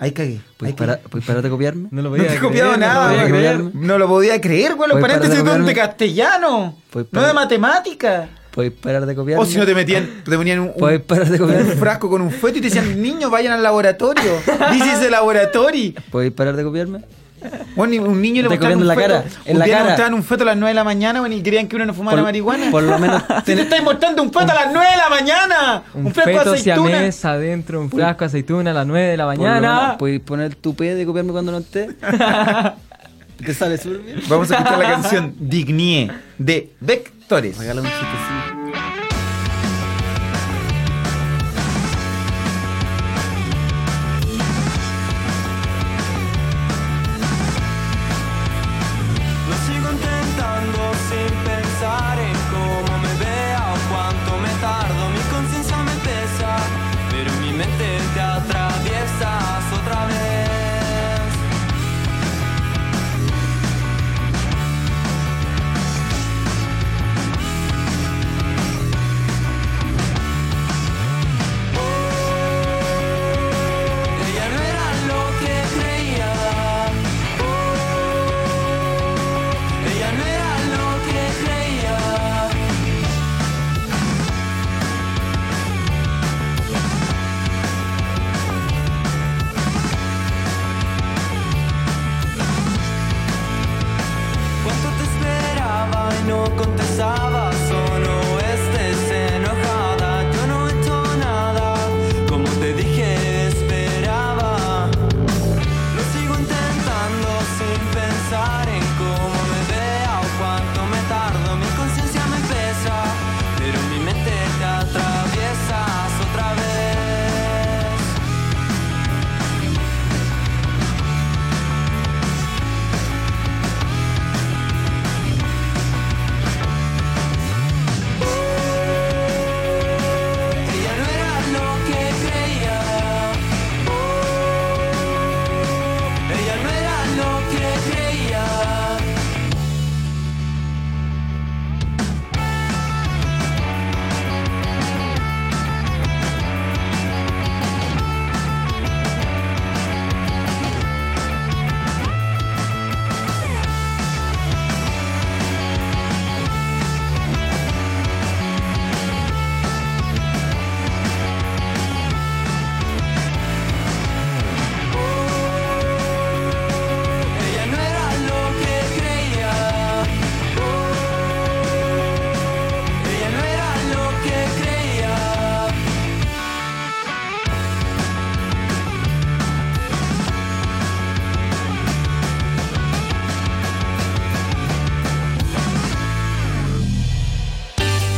D: Ahí cagué.
C: ¿Puedes
D: ahí
C: para-
D: cagué.
C: puedes parar de copiarme?
E: No lo
D: No te he copiado
E: creer,
D: nada,
E: No lo
D: weón.
E: podía
C: güey.
E: creer.
D: No lo podía creer, güey. Los
C: Voy para
D: paréntesis son de
C: devolverme.
D: castellano.
C: Voy
D: No
C: para-
D: de matemática.
C: ¿Puedes parar de copiarme?
D: O Oh, si no te metían, te ponían un,
C: ¿Puedes
D: un,
C: parar de
D: un
C: copiarme?
D: frasco con un feto y te decían, niños, vayan al laboratorio. This is the laboratory.
C: ¿Puedes parar de copiarme?
D: Bueno, y un niño
C: Te
D: le mostraron
C: corriendo
D: un
C: en la
D: feto.
C: cara, en
D: un
C: la
D: día le
C: cara.
D: mostraron un feto a las 9 de la mañana, bueno, y querían que uno no fumara
C: Por-
D: marihuana.
C: por lo menos
D: ¡Se te estáis mostrando un feto a las 9 de la mañana! Un,
E: Un
D: fresco
E: feto
D: de aceituna.
E: siamés adentro, un frasco de aceituna a las 9 de la
C: Por lo menos,
E: mañana.
C: ¿Puedes poner tu pie de copiarme cuando no esté? ¿Te sale súper bien?
D: Vamos a escuchar la canción Dignie de Vectores.
C: Regálame un chistecito.
A: Lo sigo intentando sin pensar en cómo me vea o cuánto me tardo. Mi conciencia me pesa, pero mi mente te atraviesas otra vez. Oh, ella no era lo que creía. Ella no era lo que creía. Cuánto te esperaba y no contestaba, solo estés enojada. Yo no he hecho nada, como te dije, esperaba. Lo sigo intentando sin pensar en cómo me vea o cuánto me tardo. Mi conciencia me pesa, pero mi mente te atraviesas otra vez. Ella no era lo que creía. Oh, ella no era lo que creía. Ella no era lo que creía. Oh, ella no era lo que creía.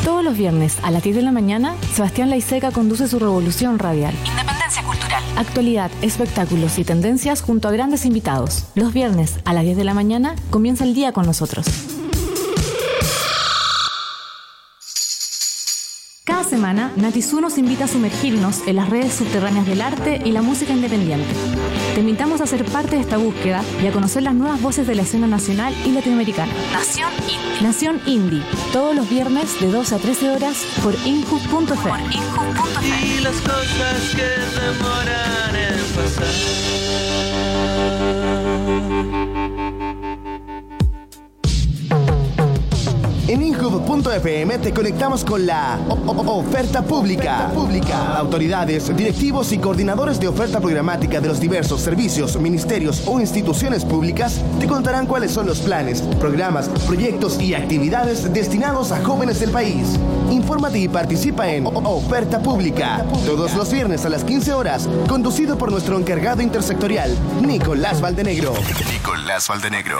F: Todos los viernes a las 10 de la mañana, Sebastián Laiseca conduce su revolución radial.
G: Independencia cultural.
F: Actualidad, espectáculos y tendencias junto a grandes invitados. Los viernes a las 10 de la mañana comienza el día con nosotros. Cada semana, Natizú nos invita a sumergirnos en las redes subterráneas del arte y la música independiente. Te invitamos a ser parte de esta búsqueda y a conocer las nuevas voces de la escena nacional y latinoamericana.
G: Nación Indie.
F: Nación Indie, todos los viernes de 2 a 13 horas por
G: Por
F: inju.fm.
G: Inju.fe.
A: Y las cosas que demoran en pasar.
B: En Inhub.fm te conectamos con la o- o- oferta pública. pública. Autoridades, directivos y coordinadores de oferta programática de los diversos servicios, ministerios o instituciones públicas te contarán cuáles son los planes, programas, proyectos y actividades destinados a jóvenes del país. Infórmate y participa en o- o- Oferta Pública todos los viernes a las 15 horas, conducido por nuestro encargado intersectorial, Nicolás Valdenegro.
H: Nicolás Valdenegro.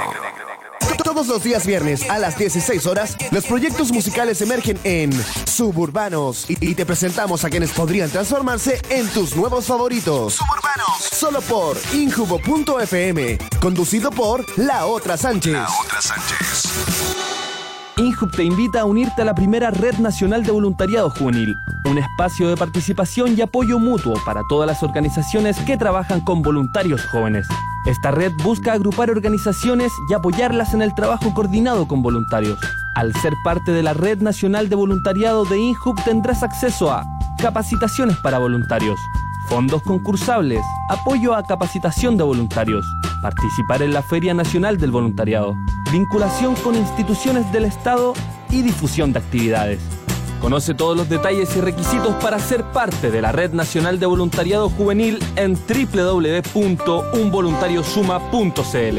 B: Todos los días viernes a las 16 horas, los proyectos musicales emergen en Suburbanos y, y te presentamos a quienes podrían transformarse en tus nuevos favoritos. Suburbanos, solo por Injubo.fm, conducido por La Otra Sánchez.
H: Otra Sánchez.
I: INJUB te invita a unirte a la primera Red Nacional de Voluntariado Juvenil, un espacio de participación y apoyo mutuo para todas las organizaciones que trabajan con voluntarios jóvenes. Esta red busca agrupar organizaciones y apoyarlas en el trabajo coordinado con voluntarios. Al ser parte de la Red Nacional de Voluntariado de INJUB tendrás acceso a capacitaciones para voluntarios, fondos concursables, apoyo a capacitación de voluntarios, participar en la Feria Nacional del Voluntariado, vinculación con instituciones del Estado y difusión de actividades. Conoce todos los detalles y requisitos para ser parte de la Red Nacional de Voluntariado Juvenil en www.unvoluntariosuma.cl.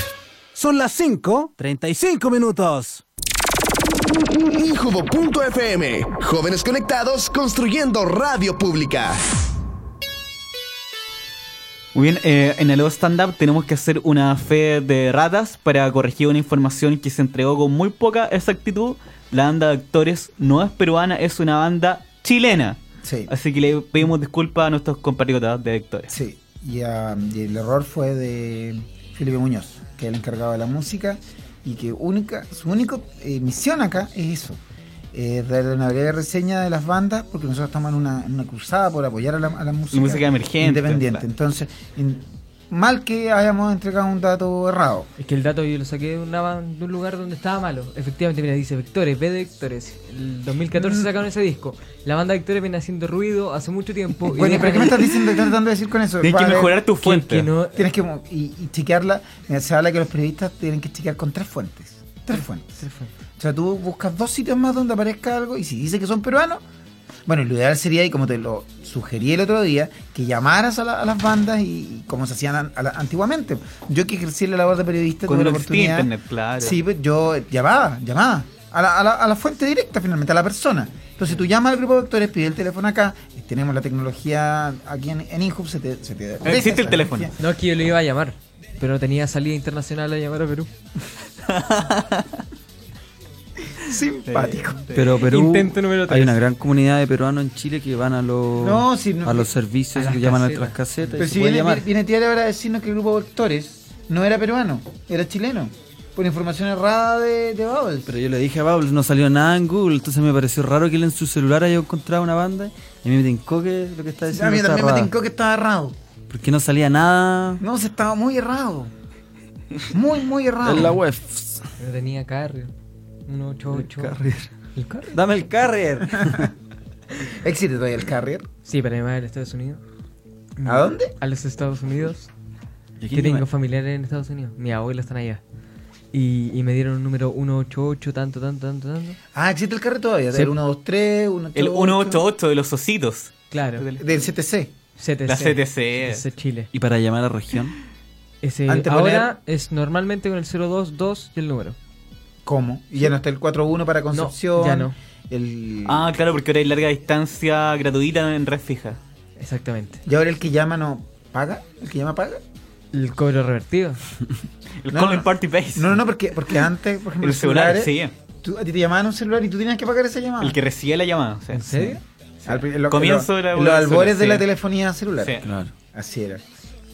J: Son las 5, 35 minutos.
B: Incubo.fm. Jóvenes conectados construyendo radio pública.
A: Muy bien, eh, en el All Stand Up tenemos que hacer una fe de ratas para corregir una información que se entregó con muy poca exactitud. La banda de actores no es peruana, es una banda chilena.
D: Sí.
A: Así que le pedimos disculpas a nuestros compatriotas de actores.
D: Sí. Y, ah, y el error fue de Felipe Muñoz, que es el encargado de la música y que única, su única eh, misión acá es eso. eh, dar una breve reseña de las bandas, porque nosotros estamos en una, en una cruzada por apoyar a la, a la música,
A: música emergente,
D: independiente.
A: claro.
D: Entonces, en- mal que hayamos entregado un dato errado.
E: Es que el dato yo lo saqué de, una ban- de un lugar donde estaba malo. Efectivamente, mira, dice Vectores, B de Vectores. El 2014 sacaron ese disco. La banda Vectores viene haciendo ruido hace mucho tiempo. y
D: Bueno,
E: deja
D: ¿pero qué
E: que-
D: me estás diciendo, tratando de decir con
A: Pues,
D: eso?
A: eh, Tienes que
D: Vale.
A: mejorar tu fuente.
D: Tienes que mo- y, y chequearla. Mira, se habla que los periodistas tienen que chequear con tres fuentes. Tres fuentes. O sea, tú buscas dos sitios más donde aparezca algo y si dice que son peruanos, bueno, lo ideal sería, y como te lo sugerí el otro día, que llamaras a, la- a las bandas y, y como se hacían an- a la- antiguamente. Yo que ejercí la labor de periodista
A: Cuando
D: tuve la
A: no existía
D: oportunidad.
A: internet, claro.
D: Sí, pues yo llamaba, llamaba. A la, a la- a la fuente directa finalmente, a la persona. Entonces tú llamas al grupo de actores, pide el teléfono acá, tenemos la tecnología aquí en, en Inhub, se te, se te ofrece esa tecnología.
E: No, es que yo lo iba a llamar. Pero tenía salida internacional a llamar a Perú.
D: Simpático.
C: Pero Perú,
E: Intento número
C: hay
E: tres.
C: una gran comunidad de peruanos en Chile que van a los,
D: No, si no-
C: a los servicios
D: a las
C: que llaman a
D: casetas.
C: las casetas
D: Pero
C: y se
D: si
C: puede
D: viene,
C: llamar.
D: viene Tiara ahora a decirnos que el grupo de actores no era peruano, era chileno. Por información errada de, de Bubbles.
C: Pero yo le dije a Pablo, no salió nada en Google, entonces me pareció raro que él en su celular haya encontrado una banda y a mí me tincó que lo que está
D: a
C: diciendo
D: mí
C: está
D: Ah, también me
C: raro.
D: tincó que estaba errado.
C: Porque no salía nada
D: No, se estaba muy errado. Muy, muy errado.
C: en la web.
E: Pero tenía Carrier. 188.
C: Carrier.
E: ¿El Carrier?
C: Dame el carrier.
D: ¿Existe todavía el carrier?
E: Sí, para llamar a Estados Unidos.
D: ¿A dónde?
E: A los Estados Unidos.
C: ¿Y a
E: Que
C: quién
E: tengo
C: llama?
E: familiares en Estados Unidos. Mi abuelo están allá. Y, y me dieron un número 188, tanto, tanto, tanto, tanto.
D: Ah, existe el carrier todavía.
A: Sí.
D: Del 123,
A: El
D: 188.
A: 188 de los ositos.
E: Claro.
D: Del CTC.
E: CTC.
A: La CTC.
E: CTC Chile.
C: Y para llamar a la región.
E: Ese,
D: Antes
E: ahora es normalmente con el 022 y el número.
D: ¿Cómo? Y ya no está el 41 para Concepción.
E: ya no.
D: El...
A: Ah, claro, porque ahora hay larga distancia gratuita en red fija.
E: Exactamente.
D: Y ahora el que llama no paga. ¿El que llama paga?
E: El cobro revertido.
A: El
D: No,
A: Calling
D: no.
A: Party Base.
D: No, no, no, porque, porque antes, por
A: El
D: ejemplo, los
A: celular,
D: celulares,
A: sí.
D: tú- a ti te llamaban a un celular y tú tenías que pagar esa llamada.
A: El que recibe la llamada. o sea.
E: ¿En serio?
D: Al pri- en lo-
A: Comienzo
D: en
A: era
D: lo- en
A: un
D: los
A: celular,
D: albores de
A: sí.
D: la telefonía celular.
A: Sí.
C: Claro.
D: Así era.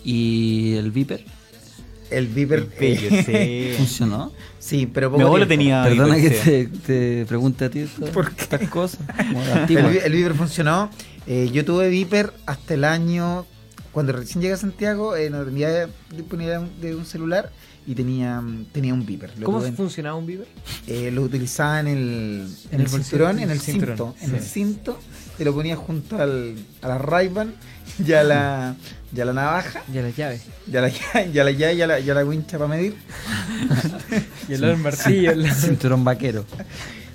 C: ¿Y el Viper?
D: El Viper. eh,
A: Bello, sí.
C: ¿Funcionó?
D: sí, pero poco
A: Mi abuelo
D: tiempo.
A: tenía.
C: Perdona que
A: Viper, sí.
C: te, te pregunte a ti esto-
D: ¿Por qué?
C: estas cosas. como de
D: El,
C: antigua.
D: vi- el Viper funcionó. Eh, yo tuve Viper hasta el año. Cuando recién llegué a Santiago, eh, no tenía disponibilidad de un celular y tenía, mm, tenía un Viper. Lo
E: ¿Cómo
D: tuve en-
E: funcionaba un Viper?
D: Eh, lo utilizaba en el, en
E: En
D: el
E: el bolsillo,
D: cinturón,
E: en
D: en
E: el
D: el
E: cinturón,
D: cinto, en
E: sí.
D: el cinto, te lo ponía junto al, a la Ray-Ban y a la, y a la navaja,
E: Y a las llaves.
D: y a la, y a la llave y a la, y a la wincha para medir.
E: Y el del martillo. el-
C: Cinturón vaquero.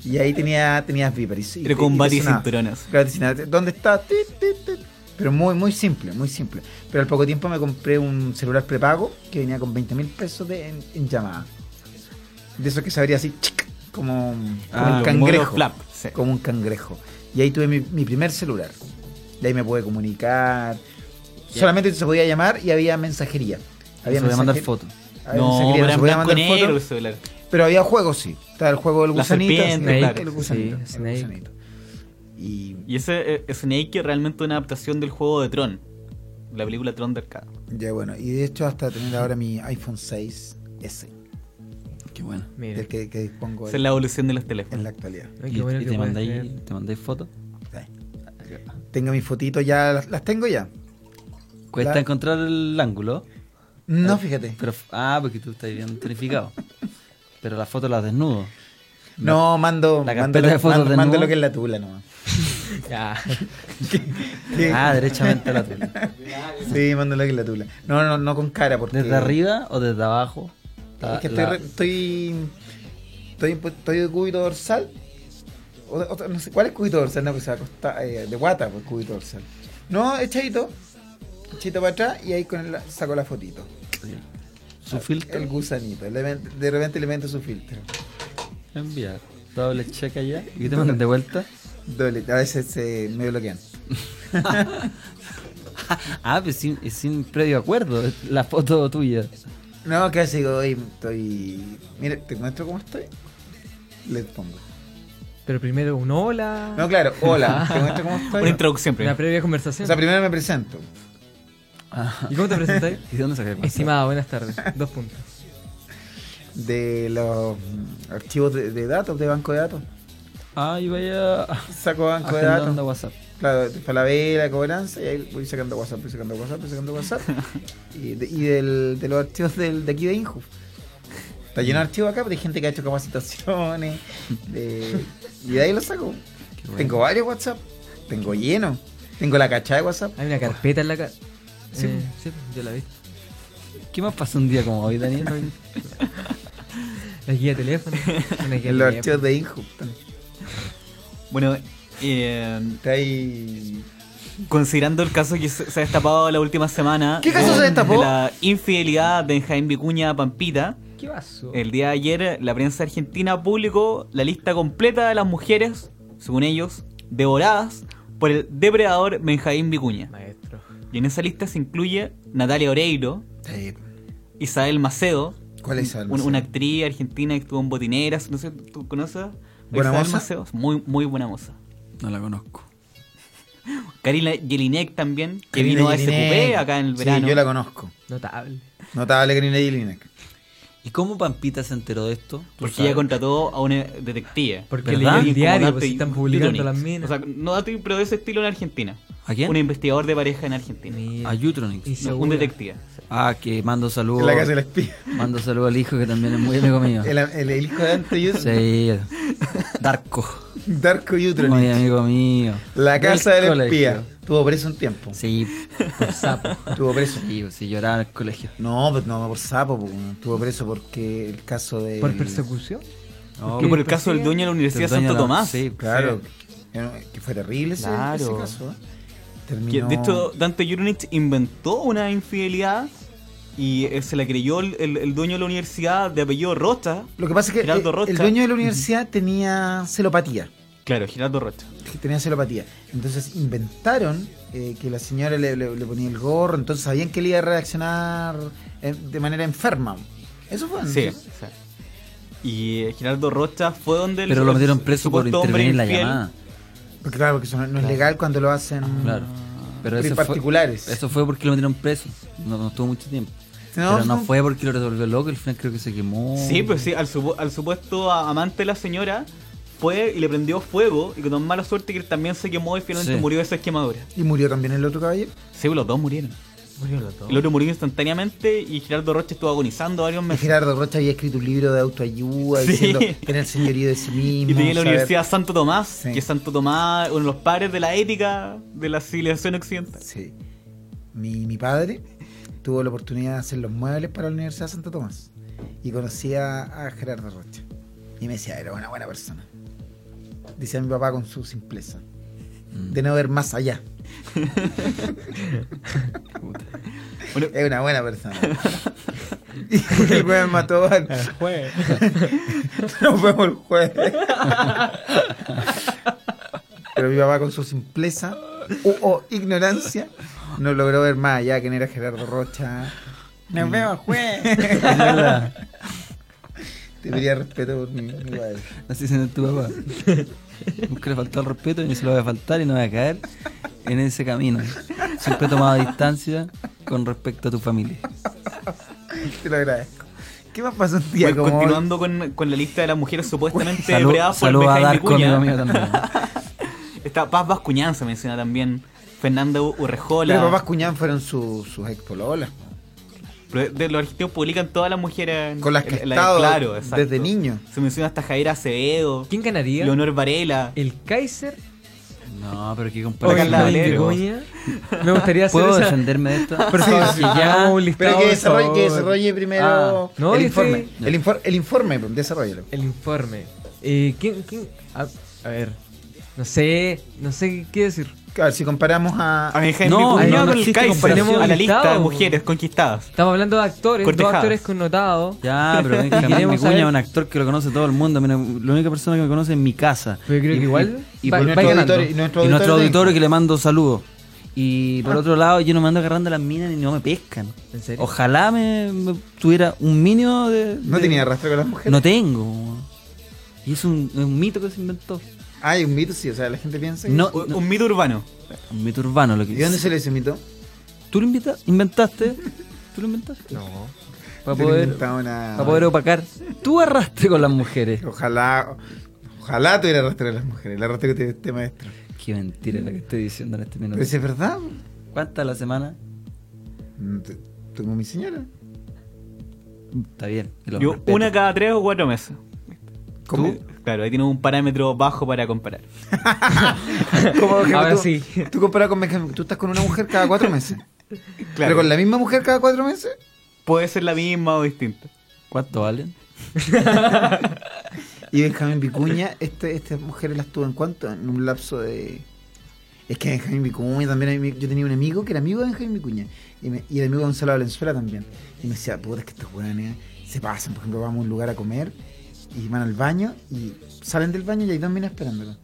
D: Y ahí tenía, tenías Viper. Y, sí,
A: Pero con
D: y te
A: varios
D: sonaba.
A: cinturones.
D: Claro, te sonaba, ¿Dónde está? Ti, ti, ti. Pero muy, muy simple, muy simple. Pero al poco tiempo me compré un celular prepago que venía con 20 mil pesos de, en, en llamada. De esos que se abría así, chic, como, como
A: Ah,
D: un
A: el modo
D: cangrejo.
A: flap, sí.
D: como un cangrejo. Y ahí tuve mi, mi primer celular. De ahí me pude comunicar. Solamente se podía llamar y había mensajería. Había
C: Se voy a mandar
D: mensaje-
C: fotos.
D: había
A: No,
D: mensajería,
A: era
D: se
A: en
D: podía
A: blanco y
D: mandar fotos,
A: negro el celular.
D: Pero había juegos, sí. Estaba el juego del
A: La
D: gusanito.
A: serpiente,
D: sí,
A: claro.
D: el gusanito,
E: Sí,
D: el
E: Snake.
D: gusanito. Y
A: Y ese eh, Snake es realmente una adaptación del juego de Tron. La película Tron de Arcade.
D: ya bueno, y de hecho hasta tener ahora mi iPhone 6S.
C: Qué bueno.
D: Del que, que dispongo
A: Esa es la evolución de los teléfonos.
D: en la actualidad.
C: ¿Y, y te, mandáis, te mandáis fotos?
D: Tengo mis fotitos ya, las, las tengo ya.
C: Cuesta
D: La-
C: encontrar el ángulo.
D: No,
C: Ah,
D: fíjate.
C: Pero, ah, porque tú estás bien tonificado. pero las fotos las desnudo.
D: No, mando,
C: La
D: mando,
C: carpeta
D: lo,
C: de fotos
D: mando-
C: desnudo.
D: mando lo que es la tula nomás.
C: Ah, derechamente a la tula.
D: Sí, mando lo que es la tula. No, no, no con cara. Porque
C: ¿Desde arriba o desde abajo?
D: Es que estoy,
C: Ah, La-
D: re- estoy, estoy, estoy de cúbito dorsal. O- o- no sé, ¿cuál es cúbito dorsal? No, que se va a acostar, eh, de guata, pues cúbito dorsal. No, echadito, echadito para atrás y ahí con el, saco la fotito.
C: ¿Su filtro?
D: El gusanito. le men- de repente le meto su filtro. Eh.
C: Enviar. Doble check allá. ¿Y qué te mandan de vuelta?
D: Doble, a veces se me bloquean.
C: Ah, pero sin, es sin previo acuerdo. es La foto tuya.
D: No, casi digo, "Oye, estoy. Mire, te muestro cómo estoy. Le pongo.
E: Pero primero un hola.
D: No, claro, hola, te muestro cómo estoy. Una introducción primero.
E: Una previa conversación.
D: O sea, primero me presento.
E: ¿Y cómo te presentáis?
C: Ah, ¿Y dónde sacas el
E: Estimado, buenas tardes. Dos puntos.
D: De los mm, archivos de, de datos, de banco de datos.
C: Ah, y vaya.
D: Saco banco de
C: agendando
D: datos.
C: WhatsApp.
D: Claro, Falabella, cobranza, y ahí voy sacando WhatsApp, voy sacando WhatsApp, voy sacando WhatsApp. y de, y del, de los archivos del, de aquí de Inju. Está lleno de archivos acá, pero hay gente que ha hecho capacitaciones. de- y de ahí lo saco.
E: bueno.
D: Tengo varios WhatsApp, tengo lleno. Tengo la cachada de WhatsApp.
E: Hay una carpeta en la cara.
D: Sí.
E: Eh, sí, yo la vi.
C: ¿Qué más pasó un día como hoy, Daniel?
E: La guía de teléfono. Una guía
D: En los
E: de teléfono.
D: archivos de Inju.
A: Bueno, eh, considerando el caso que se se ha destapado la última semana.
D: ¿Qué caso
A: de-
D: se destapó?
A: de la infidelidad de Jaime Vicuña a Pampita.
E: ¿Qué pasó?
A: El día de ayer, la prensa argentina publicó la lista completa de las mujeres, según ellos, devoradas por el depredador Benjamín Vicuña.
E: Maestro.
A: Y en esa lista se incluye Natalia Oreiro, Isabel Macedo.
D: ¿Cuál es Isabel
A: un-
D: Macedo?
A: Una actriz argentina que estuvo en Botineras, no sé, ¿tú conoces? a
D: ¿Buena
A: Isabel
D: moza?
A: Macedo? Muy, muy buena moza.
C: No la conozco.
A: Karina Jelinek también, que
D: Karina
A: vino a ese
D: Jelinek.
A: cupé acá en el
D: Sí,
A: verano.
D: yo la conozco.
E: Notable.
D: Notable Karina Jelinek.
C: ¿Y cómo Pampita se enteró de esto? ¿Tú
A: Porque
C: sabes?
A: ella contrató a una detective.
E: Porque
A: ¿Verdad?
E: leyó el
A: Alguien como
E: diario,
A: Dante
E: pues, si están publicando
A: Utronics.
E: las minas.
A: O sea, no dato, pero de ese estilo en Argentina.
C: ¿A quién?
A: Un investigador de pareja en Argentina.
C: A Utronix.
E: Y
A: No,
E: seguro.
A: un detective.
C: Ah, que mando saludos.
D: La casa del espía.
C: Mando saludos al hijo que también es muy amigo mío.
D: El, el- el hijo de Ante Yut-
C: Sí. Darko.
D: Darko
C: Muy
D: Yutronich.
C: amigo mío.
D: La casa del,
C: colegio.
D: espía. Tuvo preso un tiempo.
C: Sí, por sapo.
D: Estuvo preso.
C: Sí, pues, sí, lloraba en el colegio.
D: No, pues no por sapo, po, weón. estuvo preso porque el caso de.
E: ¿Por persecución?
C: No,
A: Y por el caso del dueño de la Universidad
C: Del dueño
A: Santo
C: de la-
A: Tomás.
C: Sí,
D: Claro, que- que fue terrible ese,
A: Claro.
D: ese caso. ¿eh?
A: Que,
D: Terminó.
A: de hecho, Dante Jurunich inventó una infidelidad y eh, se la creyó el, el- el dueño de la universidad de apellido Rocha.
D: lo que pasa es que
A: Geraldo
D: eh,
A: Rocha.
D: el dueño de la universidad tenía celopatía.
A: Claro, Gerardo Rocha.
D: que tenía celopatía. Entonces inventaron eh, que la señora le, le- le ponía el gorro, entonces sabían que él iba a reaccionar eh, de manera enferma. Eso
C: Ah,
D: fue. ¿no?
A: Sí. sí. Y eh, Gerardo Rocha fue donde... el-
C: Pero lo metieron
A: el
C: preso por
A: supuesto hombre
C: intervenir en la
A: infiel- Ah.
C: llamada.
D: Porque claro, porque eso no, no es legal cuando lo hacen
C: Claro. Pero
D: pri-
C: eso fue,
D: particulares.
C: eso fue porque lo metieron preso. No, no estuvo mucho tiempo.
D: No,
C: Pero no
D: no.
C: fue porque lo resolvió loco. Al final creo que se quemó.
A: Sí, pues sí, al, supu- al supuesto a- amante de la señora fue y le prendió fuego y con mala suerte que él también se quemó y finalmente
C: Sí.
A: murió de esas quemaduras.
D: Y murió también el otro caballero.
A: Sí, pues los dos murieron.
E: Murieron los dos.
A: El otro murió instantáneamente y Gerardo Rocha estuvo agonizando varios
D: Y
A: meses.
D: Gerardo Rocha había escrito un libro de autoayuda
A: Sí.
D: diciendo tener señorío de sí mismo.
A: Y tenía en la
D: saber-
A: Universidad Santo Tomás,
D: Sí.
A: que Santo Tomás uno de los padres de la ética de la civilización occidental.
D: Sí. Mi, mi padre tuvo la oportunidad de hacer los muebles para la Universidad de Santo Tomás y conocí a, a Gerardo Rocha. Y me decía, era una buena persona. Decía mi papá con su simpleza. De no ver más allá.
A: Bueno,
D: Es una buena persona. y el jueves mató al...
E: jueves.
D: Nos vemos el jueves. Pero mi papá con su simpleza o, o ignorancia no logró ver más allá quién era Gerardo Rocha. Nos vemos el jueves. Te pedía respeto por mi, mi padre.
C: Así se tu papá. Nunca le faltó el respeto y ni se lo voy a faltar y no voy a caer en ese camino. Siempre he tomado distancia con respecto a tu familia.
D: Te lo agradezco. ¿Qué más pasó un día como hoy?
A: Continuando con, con la lista de las mujeres supuestamente
C: Salud-
A: breadas por
C: salud a
A: Benjamín
C: Darko,
A: Vicuña.
C: amigo mío, también.
A: Está Paz Vascuñán se menciona también. Fernando Urrejola.
D: Pero papás cuñán fueron sus sus ex pololas.
A: Pero de los argentinos publican todas las mujeres. en-
D: Con las que
A: en-
D: he
A: en la-
D: estado
A: claro, exacto.
D: desde niño.
A: Se menciona hasta Jaira Acevedo.
E: ¿Quién ganaría?
A: Leonor Varela.
E: ¿El Kaiser?
C: No, pero qué
E: ¿O el
C: comparación.
E: Benjamín Vicuña? Me gustaría hacer
C: ¿Puedo
E: esa-
C: defenderme de esto?
E: Por favor, si ya hagamos un listado,
D: Ah, Pero que
E: por
D: desarrolle,
E: favor.
D: que desarrolle primero
E: Ah, no,
D: el
E: yo estoy-
D: informe. El, infor- el informe, pues, desarrollalo.
E: El informe. Eh, ¿Quién? quién? A, a ver. No sé, no sé qué decir.
D: A ver, si comparamos a.
A: A Benjamín
E: No,
A: Vicuña
E: no, no
A: con el
E: existe
A: Kaiser.
E: comparación.
A: A la lista de
E: Listado.
A: mujeres conquistadas.
E: Estamos hablando de actores,
A: Cortejadas.
E: dos actores connotados.
C: Ya, pero
E: Y
C: Benjamín
E: queremos
C: Vicuña
E: saber-
C: es un actor que lo conoce todo el mundo. Mira, la única persona que me conoce es mi casa.
E: Pero creo
C: Y-
E: que igual
C: Y, y
E: va-
C: por-
E: va ganando.
D: auditor- y nuestro
C: y nuestro
D: auditor Ah.
C: auditorio que le mando saludos. Y por otro lado, yo no me ando agarrando a las minas y no me pescan.
E: ¿En serio?
C: Ojalá me, me tuviera un mínimo de.
D: No
C: de-
D: tenía rastro con las mujeres.
C: No tengo. weón. Y es un, es un mito que se inventó.
D: Hay un mito, sí, o sea, la gente piensa. que-
C: No,
A: Un,
C: no,
A: un mito urbano.
C: un mito urbano lo que
D: ¿Y dónde se le dice mito?
C: ¿Tú lo invita- inventaste? ¿Tú lo inventaste?
D: No.
C: Para poder, para poder opacar tu arrastre con las mujeres.
D: Ojalá. Ojalá tuviera rastro de las mujeres. El rastro que tiene este maestro.
C: Qué mentira la que estoy diciendo en este minuto.
D: Pero si es verdad.
C: ¿Cuántas a la semana?
D: mm, te- Tengo mi señora.
C: Está bien. te lo
A: Yo,
C: respeto.
A: una cada tres o cuatro meses.
D: ¿Cómo?
A: Tú- Claro, ahí tienes un parámetro bajo para comparar.
D: ¿Cómo, por ejemplo,
E: Ahora
D: tú,
E: sí.
D: Tú comparas con Benjamín. Tú estás con una mujer cada cuatro meses.
A: Claro.
D: Pero con la misma mujer cada cuatro meses.
A: Puede ser la misma o distinta.
C: ¿Cuánto valen?
D: Y Benjamín Vicuña, este, estas mujeres las tuvo en cuánto? En un lapso de. Es que Benjamín Vicuña también. hay mi- Yo tenía un amigo que era amigo de Benjamín Vicuña. Y, me- y el amigo de Gonzalo Valenzuela también. Y me decía, puta, es que estos weones se pasan. Por ejemplo, vamos a un lugar a comer y van al baño y salen del baño y hay dos minas esperándolo.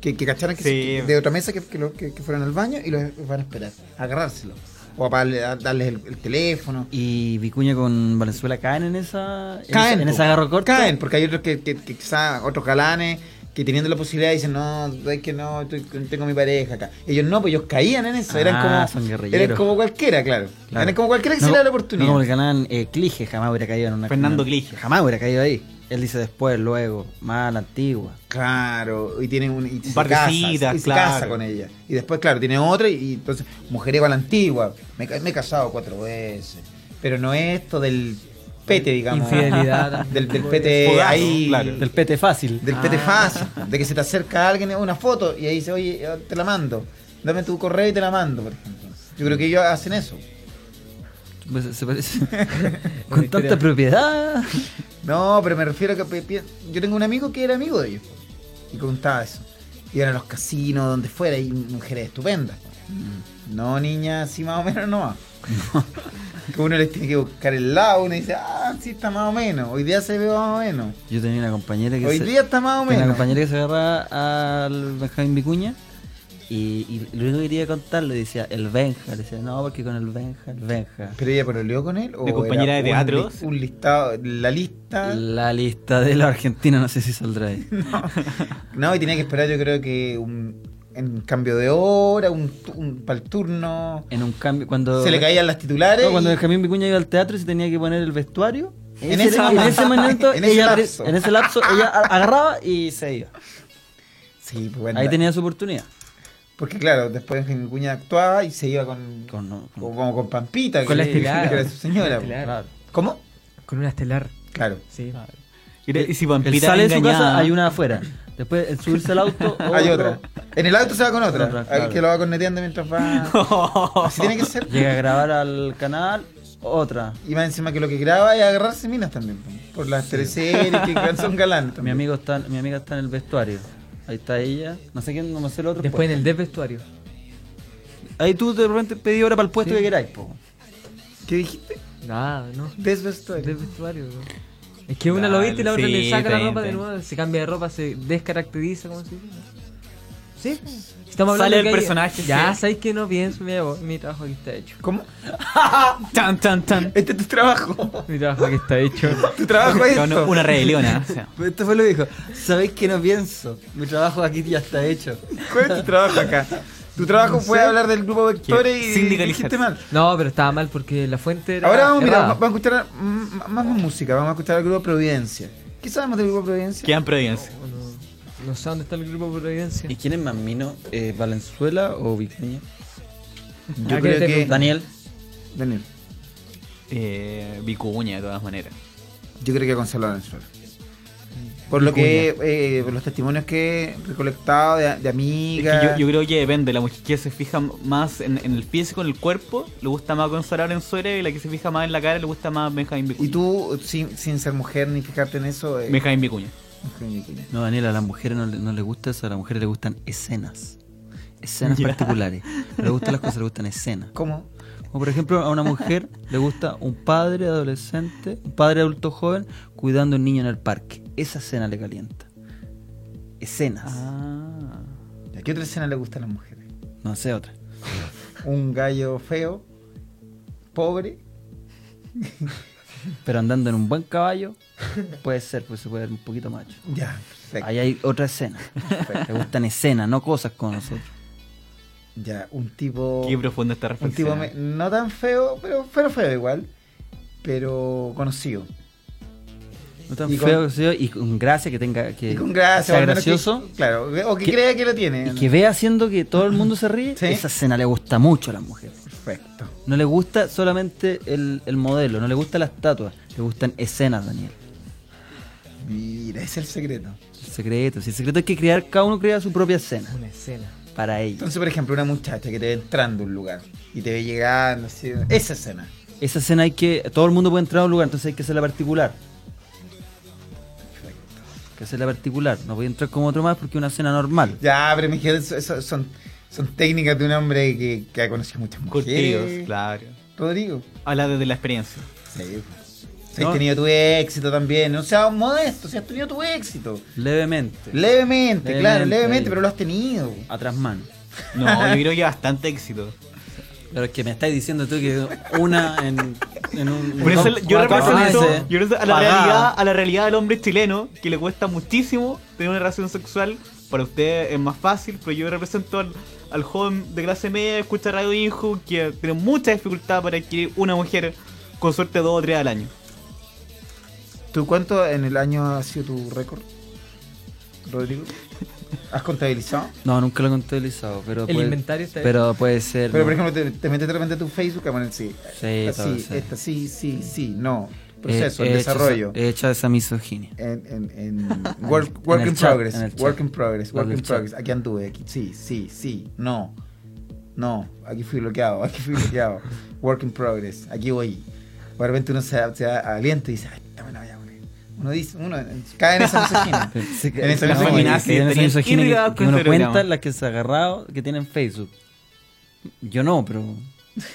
D: que, que cacharan que,
A: Sí.
D: que- de otra mesa que, que, lo- que- que fueron al baño y los van a esperar, a agarrárselo. O a darle- a darles el, el teléfono.
C: ¿Y Vicuña con Valenzuela caen en esa. en esa-
D: Caen.
C: En
D: po.
C: ese agarro corto.
D: Caen, porque hay otros que, que, que quizá, otros galanes que teniendo la posibilidad dicen, no, es que no, estoy- tengo mi pareja acá. Ellos no, pues ellos caían en eso, eran
C: Ah,
D: como.
C: son guerrilleros.
D: Eran como cualquiera, claro.
C: Claro.
D: Eran como cualquiera que
C: No
D: se le da la
C: co-
D: oportunidad.
C: No como el canal eh, Clige, jamás hubiera caído en una.
A: Fernando
C: una-
A: Clige.
C: Jamás hubiera caído ahí. Él dice después, luego, más la antigua.
D: Claro, y tiene un. Y se
A: par de
D: casa,
A: citas,
D: y se
A: claro.
D: casa con ella. Y después, claro, tiene otra y, y entonces, mujeriego a la antigua. Me, ca- me he casado cuatro veces. Pero no es esto del pete, digamos.
E: Infidelidad.
D: Del, del pete
A: Fogazo,
D: ahí.
A: claro.
C: Del pete fácil.
D: Del pete fácil, de que se te acerca alguien una foto y ahí dice, oye, eh, te la mando, dame tu correo y te la mando, por ejemplo. Yo creo que ellos hacen eso.
C: Pues, se parece. con tanta propiedad.
D: No, pero me refiero a que pi- pi- yo tengo un amigo que era amigo de ellos y contaba eso. Iban a los casinos, donde fuera, y mujeres estupendas.
C: Mm.
D: No, niña, así más o menos nomás. que uno les tiene que buscar el lado, uno dice, ah, sí, está más o menos. Hoy día se ve más o menos.
C: Yo tenía una compañera que
D: Hoy
C: se-
D: día está más o
C: Tenía una
D: menos.
C: compañera que se agarraba al Benjamín Vicuña y, y lo único que quería contar le decía el Benja, le decía no porque con el Benja, el Benja.
D: ¿Pero ella pololeó con él? ¿O
A: ¿De compañera
D: era
A: de
D: un
A: teatro?
D: li- Un, listado, la lista.
C: La lista de la Argentina no sé si saldrá ahí.
D: No, y tenía que esperar, yo creo que un, en cambio de hora, un, tu- un para el turno.
C: En un cambio, cuando
D: Se le caían las titulares.
C: No, cuando
D: y-
C: Benjamín Vicuña iba al teatro y se tenía que poner el vestuario.
D: En ese momento.
C: momento,
D: En ese
C: ella,
D: lapso.
C: en ese lapso, ella a- agarraba y se iba.
D: Sí, pues bueno.
C: Ahí tenía su oportunidad.
D: Porque claro, después mi cuña actuaba y se iba con.
C: Con- no, con-
D: como- como con Pampita.
E: Con la
D: que-
E: estelar.
D: que era su señora. pues.
E: Con la estelar.
D: ¿Cómo?
E: Con una estelar.
D: Claro.
E: Sí.
A: Y, y si
C: Él
A: Pampita
C: sale de
A: era
C: su casa,
A: engañada-
C: hay una afuera. Después, el subirse al auto,
D: Hay
C: otro.
D: otra. En el auto se va con otra.
C: Otra,
D: Hay
C: claro.
D: que lo va corneteando mientras va.
A: Oh,
D: Así tiene que ser.
C: Llega a grabar al canal, otra.
D: Y más encima que lo que graba es agarrarse minas también. po, Por las teleseries que son galán.
C: Mi
D: también.
C: amigo está, mi amiga está en el vestuario. Ahí está ella. No sé quién, no me sé el otro.
E: Después en
C: puesto.
E: el desvestuario.
C: Ahí tú de repente pedí hora para el puesto que queráis, po.
D: ¿Qué dijiste?
E: Nada, no.
D: Desvestuario.
E: Desvestuario, no. Es que una lo
A: Dale,
E: viste y la otra
A: sí,
E: le saca la
A: ten,
E: ropa de
A: ten.
E: nuevo, se cambia de ropa, se descaracteriza, ¿cómo se dice? Sí. pues. Estamos
A: Sale
E: de
A: el
E: que hay-
A: personaje,
E: Ya,
A: sí.
E: sabéis que no pienso, mi, mi trabajo aquí está hecho.
D: ¿Cómo?
A: Tan, tan, tan.
D: Este es tu trabajo.
E: Mi trabajo aquí está hecho.
D: Tu trabajo es
A: Una,
D: esto.
A: una rebeliona. o sea.
C: Esto fue lo que dijo. Sabéis que no pienso. Mi trabajo aquí ya está hecho.
D: ¿Cuál es tu trabajo acá? Tu Tu trabajo
E: No
D: fue
E: sé.
D: hablar del grupo Vectores y dijiste mal.
E: No, pero estaba mal porque la fuente era.
D: Ahora vamos, mira,
E: errada.
D: vamos a escuchar mm, más, más música. Vamos a escuchar al grupo Providencia. ¿Qué sabemos del grupo Providencia?
A: Quedan Providencia.
E: No sé dónde está el grupo Providencia.
C: ¿Y quién es más mino? Eh, ¿Valenzuela o Vicuña?
D: Yo creo que.
C: Daniel.
D: Daniel.
A: Eh, Vicuña, de todas maneras.
D: Yo creo que Gonzalo Valenzuela. Por lo
A: Vicuña.
D: que. eh, por los testimonios que he recolectado de, de
A: Es
D: amigas.
A: que yo, yo creo que depende. La mujer que se fija más en, en el físico, en el cuerpo, le gusta más Gonzalo Valenzuela y la que se fija más en la cara le gusta más Benjamín Vicuña.
D: Y tú, sin, sin ser mujer ni fijarte en eso. eh,
A: Benjamín Vicuña.
D: Benjamín Vicuña.
C: No, Daniel, a las mujeres no, le- no les gusta eso, a las mujeres les gustan escenas. Escenas particulares. No le gustan las cosas, le gustan escenas.
D: ¿Cómo?
C: Como por ejemplo, a una mujer le gusta un padre adolescente, un padre adulto joven, cuidando a un niño en el parque. Esa escena le calienta. Escenas.
A: Ah.
D: ¿A qué otra escena le gustan a las mujeres?
C: No sé otra.
D: Un gallo feo, pobre.
C: Pero andando en un buen caballo, puede ser, pues se puede ver un poquito macho.
D: Ya, perfecto.
C: Ahí hay otra escena. Le gustan escenas, no cosas con nosotros.
D: Ya, un tipo.
A: Qué profunda esta
D: Un tipo
A: reflexión.
D: me- no tan feo, pero, pero feo igual. Pero conocido.
C: No tan
D: Y con-
C: feo, sí, y con gracia que tenga que
D: Y con gracia. o
C: sea
D: al menos que-
C: gracioso
D: claro, o que,
C: Que-
D: crea que lo tiene.
C: y que vea haciendo que todo el mundo se ríe.
D: Sí.
C: Esa escena le gusta mucho a las mujeres.
D: Perfecto.
C: No le gusta solamente el, el modelo, no le gusta la estatua, le gustan escenas, Daniel.
D: Mira, ese es el secreto.
C: El secreto, si el secreto es que crear, cada uno crea su propia escena
E: Una escena.
C: para ella.
D: Entonces, por ejemplo, una muchacha que te ve entrando a un lugar y te ve llegando, así, esa escena.
C: Esa escena hay que, todo el mundo puede entrar a un lugar, entonces hay que hacerla particular. Hay que hacerla particular, no voy a entrar como otro más porque es una escena normal.
D: Ya, pero me dijeron, eso- eso son, son técnicas de un hombre que, que ha conocido muchas mujeres.
A: Curtidos, claro.
D: Rodrigo.
A: Habla desde la experiencia.
D: Sí. pues. Has
C: No.
D: tenido tu éxito también. No seas modesto, si has tenido tu éxito.
C: Levemente,
D: Levemente,
C: Levemente,
D: claro, levemente,
C: ahí.
D: pero lo has tenido.
C: atrás mano.
A: No, yo creo que bastante éxito.
C: Pero es que me estáis diciendo tú que una en, en un.
A: Por eso
C: dos-
A: yo
C: cuatro
A: represento,
C: meses,
A: yo represento a, la
C: pagada.
A: realidad, a la realidad del hombre chileno que le cuesta muchísimo tener una relación sexual. Para usted es más fácil, pero yo represento al, al joven de clase media que escucha Radio Inju que tiene mucha dificultad para adquirir una mujer, con suerte dos o tres al año.
D: ¿Tú cuánto en el año ha sido tu récord, Rodrigo? ¿Has contabilizado?
C: No, nunca lo he contabilizado, pero.
E: El inventario está-
C: Pero puede ser.
D: Pero,
C: ¿no?
D: por ejemplo, te, te metes de repente a tu Facebook a poner sí.
C: Sí,
D: esta
C: todo,
D: sí,
C: sí.
D: esta sí, sí, sí, no.
C: Eh,
D: Proceso,
C: he
D: el
C: hecho
D: desarrollo.
C: esa- He hecho esa misoginia.
D: en, en, en work,
C: En
D: work
C: el
D: in
C: chat,
D: progress,
C: en el chat.
D: work in progress, work
C: Work
D: in
C: in chat.
D: progress. Aquí anduve, aquí, sí, sí, sí, no, no, aquí fui bloqueado, aquí fui bloqueado. work in progress, aquí voy. De repente uno se, se alienta y dice, ay, ya me la voy a poner. Uno dice, uno cae en esa misoginia.
C: Sí, que-
D: en esa
C: no,
D: misoginia.
A: feminazi,
C: sí, en esa
A: tenían
C: misoginia
A: irrigados con
C: que- que uno
A: este
C: cuenta
A: programa.
C: las que se ha agarrado que tienen Facebook. Yo no, pero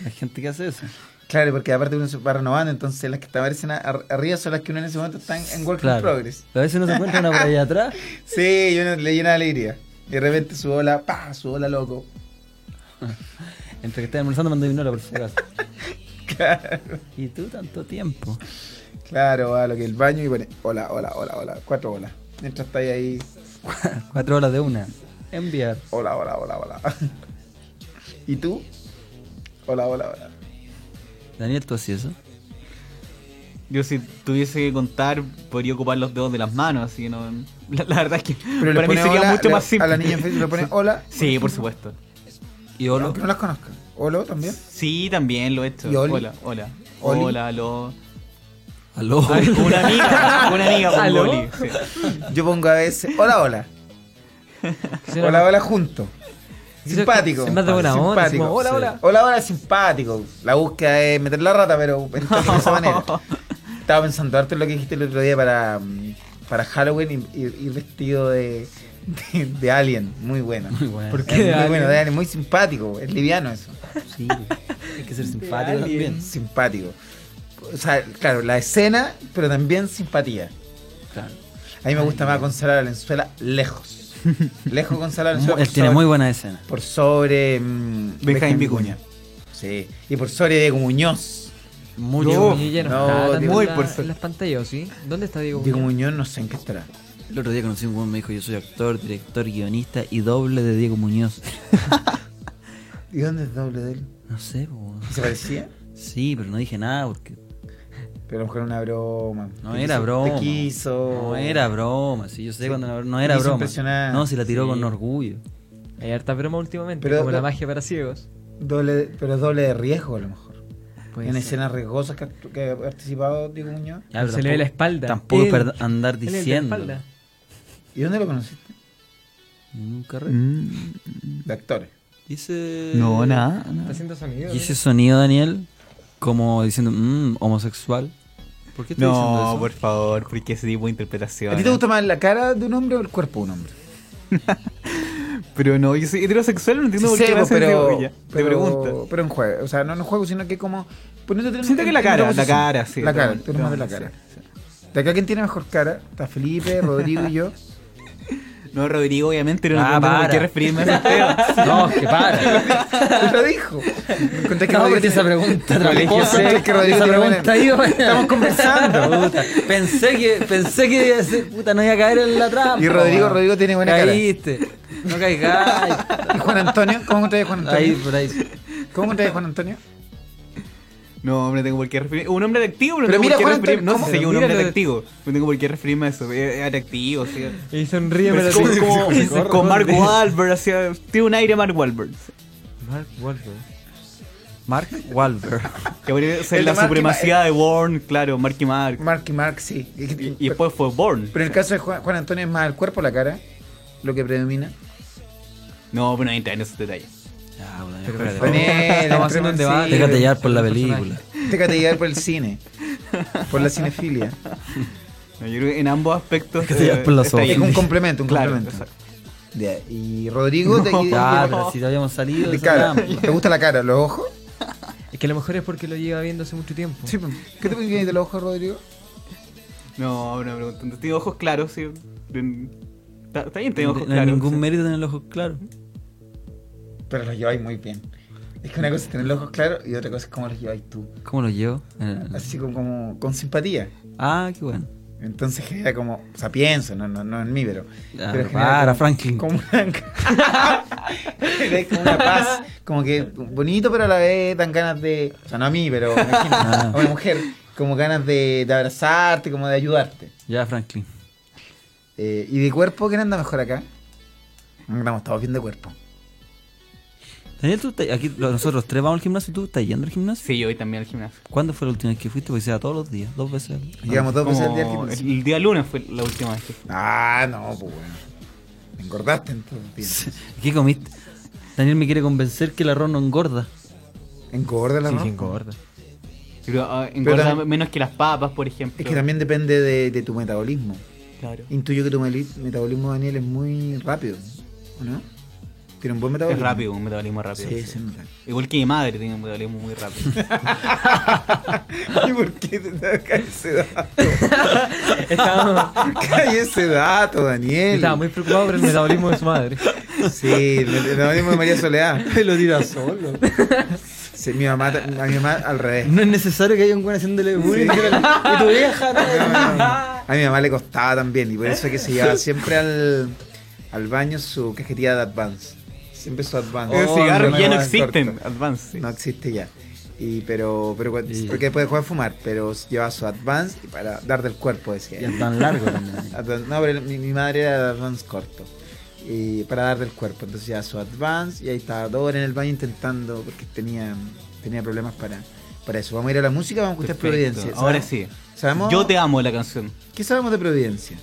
C: hay gente que hace eso.
D: Claro, porque aparte uno se va renovando, entonces las que te aparecen a- ar- arriba son las que uno en ese momento está en, en work in
C: Claro.
D: progress.
C: Pero a veces uno se encuentra una por allá atrás.
D: Sí, y uno le llena de alegría. Y de repente su ola, pa, su ola loco.
C: Entre que estás almorzando, mando vinola por su casa.
D: Claro.
C: Y tú tanto tiempo.
D: Claro, va a lo que el baño y pone hola, hola, hola, hola, cuatro hola. Mientras está ahí, ahí,
C: Cuatro horas de una. Enviar.
D: hola, hola, hola, hola. ¿Y tú? Hola, hola, hola.
C: Daniel, ¿tú hacías eso?
A: Yo si tuviese que contar, podría ocupar los dedos de las manos, así que no... La, la verdad es que para mí
D: pone
A: sería
D: hola,
A: mucho
D: le-
A: más simple.
D: A la niña en Facebook le pone hola,
A: Sí, por supuesto.
C: Y Olo.
D: aunque no las conozca. Olo también.
A: Sí, también lo he hecho.
D: ¿Y Oli?
A: Hola, hola.
D: ¿Oli?
A: Hola, lo...
C: Aló.
A: Ay, Una amiga, una amiga con
E: ¿Aló?
A: Oli. sí.
D: Yo pongo a veces hola, hola.
E: Sí,
D: Hola, hola junto.
E: Sí,
D: Simpático.
E: es más de buena onda,
D: simpático.
E: como, hola,
D: Sí.
E: hola.
D: Hola, hola, simpático. La búsqueda es meter la rata, pero pero de esa manera. Estaba pensando harto en lo que dijiste el otro día para, mm, para Halloween y- y- ir, vestido de, de, de alien. Muy bueno.
C: Muy bueno.
E: ¿Por qué
D: Es
E: de
D: muy
E: alien?
D: bueno, de alien. Muy simpático. Es liviano eso.
C: Sí, hay que ser simpático también.
D: Simpático. O sea, claro, la escena, pero también simpatía.
C: Claro.
D: A mí me gusta más Gonzalo Valenzuela lejos. Lejos
E: Ah,
D: Gonzalo Valenzuela.
C: Él
D: por
C: tiene
D: sobre-
C: muy buena escena.
D: por sobre mm,
A: Benjamín Vicuña.
D: Sí, y por sobre Diego Muñoz.
C: Mucho.
E: Y ella no,
D: No,
E: está tanto
D: muy
E: en la-
D: por su-
E: en las pantallas, ¿sí? ¿Dónde está Diego?
D: Diego
E: Muñoz?
D: Muñoz no sé en qué estará.
C: El otro día conocí a un buen me dijo, yo soy actor, director, guionista y doble de Diego Muñoz.
D: ¿Y dónde es doble de él?
C: No sé, po.
D: ¿Se parecía?
C: Sí, pero no dije nada porque.
D: Pero a lo mejor era una broma.
C: No
D: Te
C: era
D: quiso-
C: broma.
D: Te quiso.
C: No era broma. Sí, yo sé
D: Sí.
C: cuando no- no
D: Te
C: era
D: quiso
C: broma.
D: impresionar.
C: No, se la tiró
D: Sí.
C: con orgullo.
E: Hay harta broma últimamente,
D: Pero-
E: como la
D: pero-
E: magia para ciegos.
D: Doble, pero es doble de riesgo a lo mejor.
E: Puede
D: en
E: ser.
D: escenas riesgosas que, ha- que ha participado Diego Muñoz.
C: Ya, pero
E: Se le ve
C: tampoco-
E: la espalda.
C: Tampoco
E: Él-
C: per- andar
E: él es el de
C: diciendo.
E: espalda.
D: ¿Y dónde lo conociste?
C: Nunca re-
D: De actores.
C: Dice.
A: Mm. No, nada.
E: Está haciendo sonido. ¿eh?
C: ¿Y ese sonido, Daniel? Como diciendo, mmm, homosexual. ¿Por qué estoy diciendo
A: No,
C: eso?
A: por favor, porque ese tipo de
D: ¿A ti te
A: interpretación.
D: gusta más la cara de un hombre o el cuerpo de un hombre?
A: Pero no, yo soy heterosexual, no entiendo
D: Sí,
A: por qué me
D: po,
A: hacen cebolla. Te
D: pero-
A: pregunto.
D: Pero en juego. O sea, no en juego, sino que como. pues no te-
A: Siento que la
D: en
A: cara,
D: una
A: la
D: posición.
A: cara, sí,
D: La cara,
A: toma-
D: tú eres más de la
A: toma,
D: cara. De acá, ¿quién tiene mejor cara? Está Felipe, Rodrigo y yo.
A: No, Rodrigo, obviamente, no
C: Ah,
A: entiendo por
C: para.
A: qué referirme a ese feo.
C: No, que para.
D: Te lo dijo. Encontré que
C: No,
D: Rodrigo
C: porque esa
D: tiene-
C: pregunta
D: Vale,
C: trabajosa,
D: yo sé que Rodrigo
C: esa
D: tiene
C: pregunta
D: buena-
C: iba-
D: Estamos conversando.
C: Puta, pensé que pensé que iba a ser- puta, no iba a caer en la trampa.
D: Y Rodrigo-
C: weón.
D: Rodrigo tiene buena cara.
C: Caíste. No caigáis.
D: ¿Y Juan Antonio? ¿Cómo encontraste a Juan
C: Ahí,
D: Antonio?
C: por ahí.
D: ¿Cómo encontraste a Juan Antonio?
A: No, no tengo por qué referirme. Un hombre atractivo, pero,
D: Pero
A: no tengo
D: mira,
A: por qué
D: Juan
A: referirme. No
D: Antonio,
A: sé si es
E: ¿cómo?
A: un hombre
E: Míralo.
A: atractivo. No tengo por qué referirme a eso. Eh, Es es atractivo, o sea.
E: Y sonríe,
A: Pero
E: pero
A: es como,
E: sí.
A: como-
E: Sí,
A: con
E: corre.
A: Mark Wahlberg, o sea, tiene un aire Mark Wahlberg.
E: Mark Wahlberg.
C: Mark Wahlberg.
A: Que podría ser
D: El de
A: la
D: Mark y
A: supremacía de Bourne, claro, Mark y Mark.
D: Mark y Mark, sí.
A: Y, y después fue Bourne.
D: Pero en el caso de Juan, Juan Antonio es más el cuerpo o la cara lo que predomina.
A: No, pero no entra en esos detalles.
C: Ya, weón,
E: Pero-
C: espérate.
E: Estamos haciendo un debate.
C: Déjate llevar por la
E: Personaje.
C: película.
D: Déjate llevar por el cine. Por la cinefilia.
A: No, yo creo que en ambos aspectos.
C: Que te llevas por los
A: está
C: ojos.
A: ahí.
D: Es un complemento, un
A: Claro,
D: complemento.
A: exacto.
D: Ya, Y Rodrigo, te-
C: Ya, pero si habíamos salido de
D: de
C: esa
D: cara.
C: trampa.
D: ¿Te gusta la cara? ¿Los ojos?
E: Es que a lo mejor es porque lo lleva viendo hace mucho tiempo.
D: Sí. pues. ¿Qué te viene de los ojos, Rodrigo?
A: No, no, pero entonces tiene ojos claros, sí. Está, está bien, tiene
C: No
A: ojos
C: hay
A: claros.
C: ningún
A: sí.
C: mérito en el ojo claro.
D: Pero los lleváis muy bien. Es que una cosa es tener los ojos claros y otra cosa es cómo los lleváis tú.
C: ¿Cómo lo llevo? Eh,
D: Así como, como con simpatía.
C: Ah, qué bueno.
D: Entonces genera como, o sea, pienso, no, no, no en mí, pero.
C: Ah,
D: pero
C: para, Franklin.
D: Como una, genera como una paz, como que bonito, pero a la vez dan ganas de. O sea, no a mí, pero me imagino,
C: Ah.
D: a una mujer, como ganas de, de abrazarte, como de ayudarte.
C: Ya, Franklin.
D: Eh, ¿Y de cuerpo quién anda mejor acá? Andamos todos bien de cuerpo.
C: Daniel, tú estás- aquí lo- nosotros tres vamos al gimnasio y tú estás yendo al gimnasio.
A: Sí, yo voy también al gimnasio.
C: ¿Cuándo fue la última vez que fuiste? Porque sea todos los días, dos veces.
D: Llegamos dos veces al día al
A: Como
D: gimnasio.
A: El día lunes fue la última vez que fui.
D: Ah, no, pues bueno. Me engordaste entonces.
C: ¿Qué comiste? Daniel me quiere convencer que el arroz no engorda.
D: Engorda la
E: Sí,
D: ropa.
E: que engorda.
A: Pero, ah, engorda
D: también-
A: menos que las papas, por ejemplo.
D: Es que también depende de, de tu metabolismo.
A: Claro.
D: Intuyo que tu meli- metabolismo, Daniel, es muy rápido. ¿O no? Tiene un buen
A: Es
D: metabolismo.
A: rápido, un metabolismo rápido.
D: Sí,
A: sí.
D: se nota.
A: Igual que mi madre tiene un metabolismo muy rápido.
D: ¿Y por qué te da acá ese dato?
E: Estaba,
D: Cae ese dato, Daniel.
E: estaba muy preocupado por el metabolismo de su madre.
D: Sí, el metabolismo de María Soledad.
C: lo tira solo.
D: Sí, mi mamá, ta- a mi mamá al revés.
C: No es necesario que haya un buen haciéndole bullying. Y tu vieja,
D: No, no,
C: no.
D: no. A mi mamá le costaba también, y por eso es que se llevaba siempre al, al baño su cajetilla de Advance. Siempre su Advance.
A: Los cigarros
D: no,
A: Oh, ya no
D: no,
A: existen.
D: corta.
A: Advance. sí.
D: No existe ya. Y pero, pero cuando-
C: Y-
D: porque después dejó de fumar, pero llevaba su Advance y para dar del cuerpo, decía.
C: Y es tan largo también.
D: Advance- no, pero mi, mi madre era de Advance corto. Y para dar del cuerpo. Entonces ya su Advance y ahí estaba dos horas en el baño intentando, porque tenía, tenía problemas para, para eso. Vamos a ir a la música, vamos a escuchar
A: Perfecto.
D: Providencia.
A: Ahora
D: ¿Sabemos-
A: sí.
D: ¿Sabemos?
A: Yo te amo la canción.
D: ¿Qué sabemos de Providencia?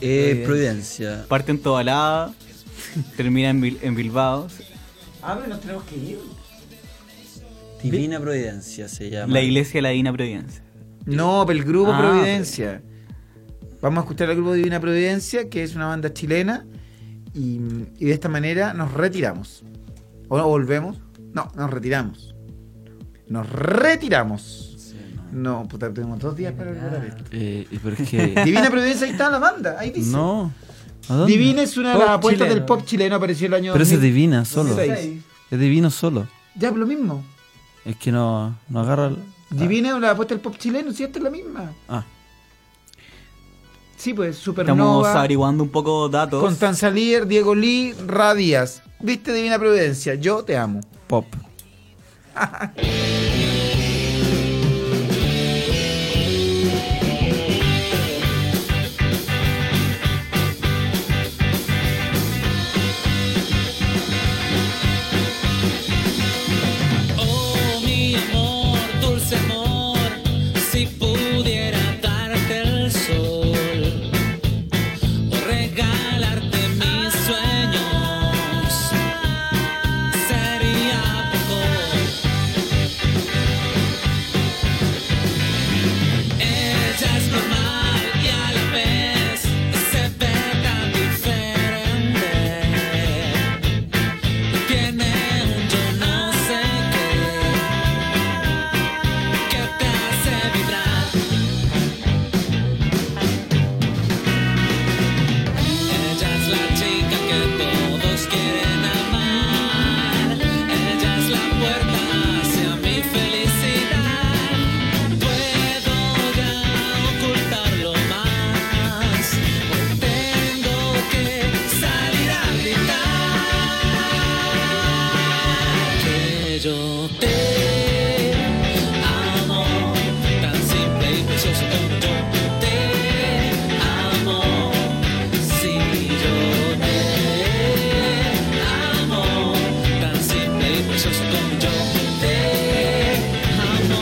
C: Eh, Providencia.
A: Parte en Tobalaba, termina en, Bil- en Bilbao.
D: Ah, pero nos tenemos que ir.
C: Divina Providencia se llama.
A: La iglesia ladina Providencia.
D: No, pero el grupo
A: Ah,
D: Providencia. Vamos a escuchar al grupo Divina Providencia, que es una banda chilena. Y, y de esta manera nos retiramos. ¿O no volvemos? No, nos retiramos. Nos retiramos.
C: Sí, no.
D: No, puta, tenemos dos días para lograr esto.
C: Eh, y pero es que.
D: Divina Providencia, ahí está la banda, ahí dice.
C: no. ¿A dónde?
D: Divina es una de
E: Pop
D: las apuestas
E: chileno.
D: del pop chileno, apareció el año
C: Pero eso es
D: 2000.
C: divina solo.
D: 2006.
C: Es divino solo.
D: Ya, pero lo mismo.
C: Es que no, no agarra. el-
D: Divina es la apuesta del pop chileno, si esta es la misma.
C: Ah.
D: Sí, pues,
A: Estamos
D: Supernova.
A: averiguando un poco datos.
D: Constanza Lier, Diego Lee, Radias. Viste Divina Providencia, yo te amo.
C: pop.
G: Oh, mi amor, dulce amor, si pudiera darte el sol o regalarte mis sueños, sería poco. Ella es normal y a la vez se ve tan diferente. Tiene un yo no sé qué que te hace vibrar. Ella es la chica que todos quieren amar. Ella es la puerta hacia mi felicidad. Puedo ya ocultarlo más. Tengo que salir a gritar que yo te amo, tan simple y precioso como yo te amo. Si yo te amo, tan simple y precioso como yo te amo.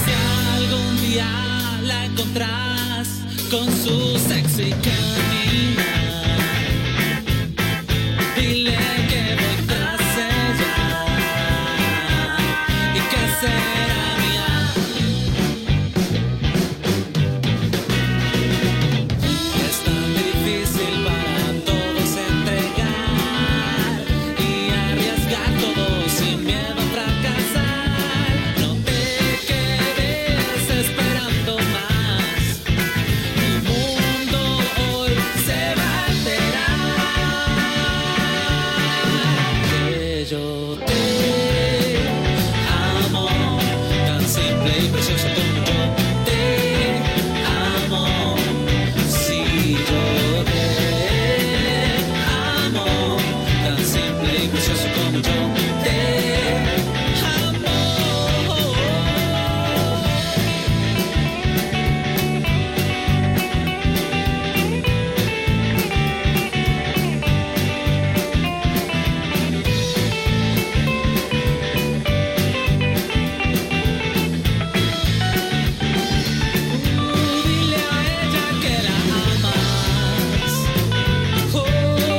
G: Si algún día la encontrás con su sexy caminar, dile que voy tras ella y que será mía. Es tan difícil para todos entregar y arriesgar todo sin miedo a fracasar. No te quedes esperando más. Mi mundo hoy se va a enterar que yo te amo, tan simple y precioso como yo te amo. Si yo te amo, tan simple y precioso como yo te amo. Dile a ella que la amas. Oh,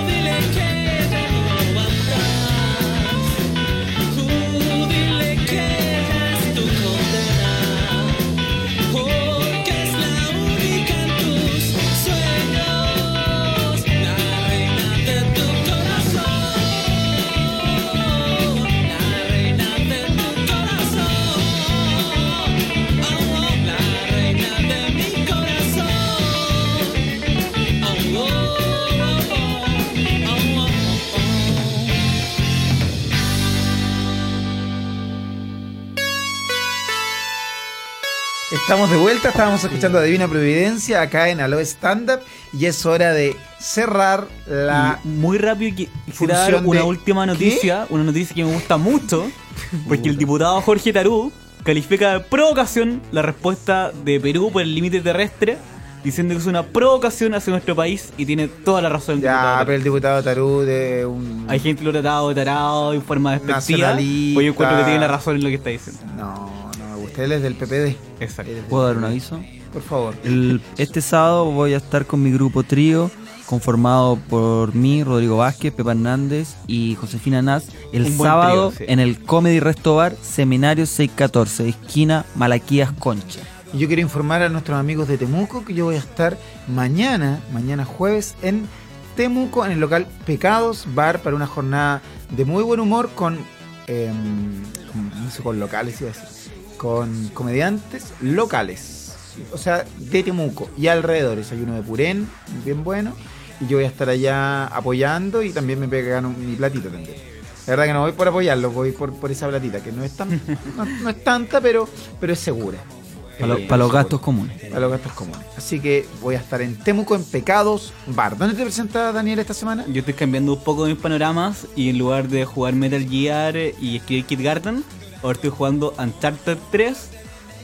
G: dile que ella no va atrás. Oh, dile que ella es tu condena. Oh, que es la única en tus sueños. La reina de tu corazón. La reina de tu corazón. La reina de mi corazón. Oh, oh, oh,
D: Estamos de vuelta, estábamos escuchando a Divina Providencia acá en Aloe Stand Up y es hora de cerrar la...
A: Y muy rápido que quisiera dar
D: función
A: una
D: de-
A: última noticia, una noticia que me gusta mucho, porque el diputado Jorge Tarú califica de provocación la respuesta de Perú por el límite terrestre, diciendo que es una provocación hacia nuestro país y tiene toda la razón. el diputado
D: Ya,
A: Tarú.
D: pero el diputado Tarú de un...
A: Hay gente que lo ha tratado de tarado en forma despectiva,
D: Nacionalista.
A: pues yo encuentro que tiene la razón en lo que está diciendo.
D: No, no me gusta, él es del PPD.
A: Exacto.
C: ¿Puedo dar un aviso?
D: Por favor.
C: El- este sábado voy a estar con mi grupo trío, conformado por mí, Rodrigo Vázquez, Pepa Hernández y Josefina Naz, el
A: Un buen
C: sábado
A: trío, sí.
C: en el Comedy Resto Bar, Seminario 614, esquina Malaquías Concha.
D: Y yo quiero informar a nuestros amigos de Temuco que yo voy a estar mañana, mañana jueves, en Temuco, en el local Pecados Bar, para una jornada de muy buen humor con, eh, con músicos locales, iba a decir, con comediantes locales, o sea, de Temuco y alrededores. Hay uno de Purén, bien bueno, y yo voy a estar allá apoyando y también me pegan mi platita también. La verdad que no voy por apoyarlo, voy por, por esa platita, que no es, tan, no, no es tanta, pero, pero es segura.
C: Para, lo-
D: Eh,
C: para los
D: segura.
C: gastos comunes.
D: Para los gastos comunes. Así que voy a estar en Temuco, en Pecados Bar. ¿Dónde te presentas, Daniel, esta semana?
A: Yo estoy cambiando un poco mis panoramas y en lugar de jugar Metal Gear y escribir Kid Garden, ahora estoy jugando Uncharted 3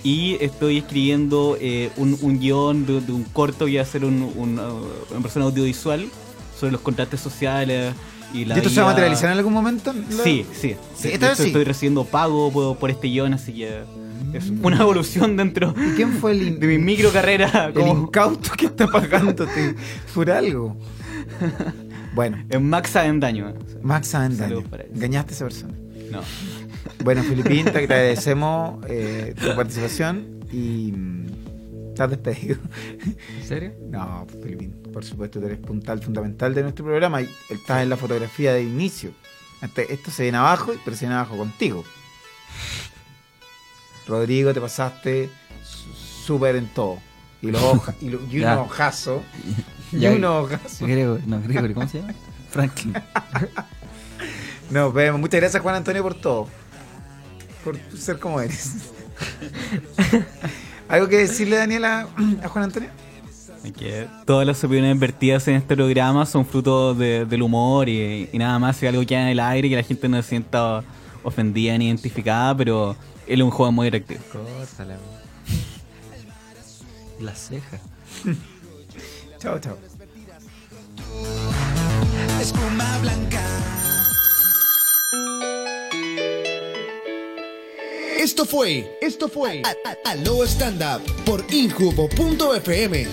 A: y estoy escribiendo eh, un, un guión de, de un corto, voy a hacer un, un, uh, una persona audiovisual sobre los contratos sociales y la
D: ¿Y esto se va a
A: vida-
D: materializar en algún momento?
A: Sí, sí.
D: Sí,
A: De-
D: esta
A: de
D: vez
A: hecho,
D: sí.
A: estoy recibiendo pago por, por este guión, así que es una evolución dentro
D: quién fue el
A: de mi micro carrera.
D: El incauto que está pagándote por algo. Bueno.
A: En Max Avendaño.
D: Max Avendaño.
A: Saludos para él.
D: Engañaste a esa persona.
A: No.
D: Bueno, Filipín, te agradecemos eh, tu participación y mm, estás despedido.
E: ¿En serio?
D: No, Filipín, por supuesto, tú eres puntal fundamental de nuestro programa y estás en la fotografía de inicio. Este- Esto se viene abajo, pero se viene abajo contigo. Rodrigo, te pasaste su- súper en todo. Y, los hoja- y, lo- y un
C: Ya.
D: hojazo. Y
C: Ya-
D: un hojazo.
C: Gregory- no, Gregory, ¿cómo se llama? Franklin.
D: Nos vemos. Muchas gracias, Juan Antonio, por todo. Por ser como eres. ¿Algo que decirle, Daniela, a Juan Antonio?
A: que todas las opiniones vertidas en este programa son fruto de- del humor y, y nada más, si algo queda en el aire que la gente no se sienta ofendida ni identificada, pero él es un juego muy atractivo.
C: Córtala. Las cejas.
D: Chao, chao.
G: Espuma blanca.
B: Esto fue, esto fue A- A- Aló Stand Up por Injubo.fm.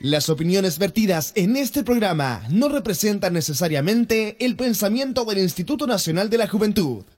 B: Las opiniones vertidas en este programa no representan necesariamente el pensamiento del Instituto Nacional de la Juventud.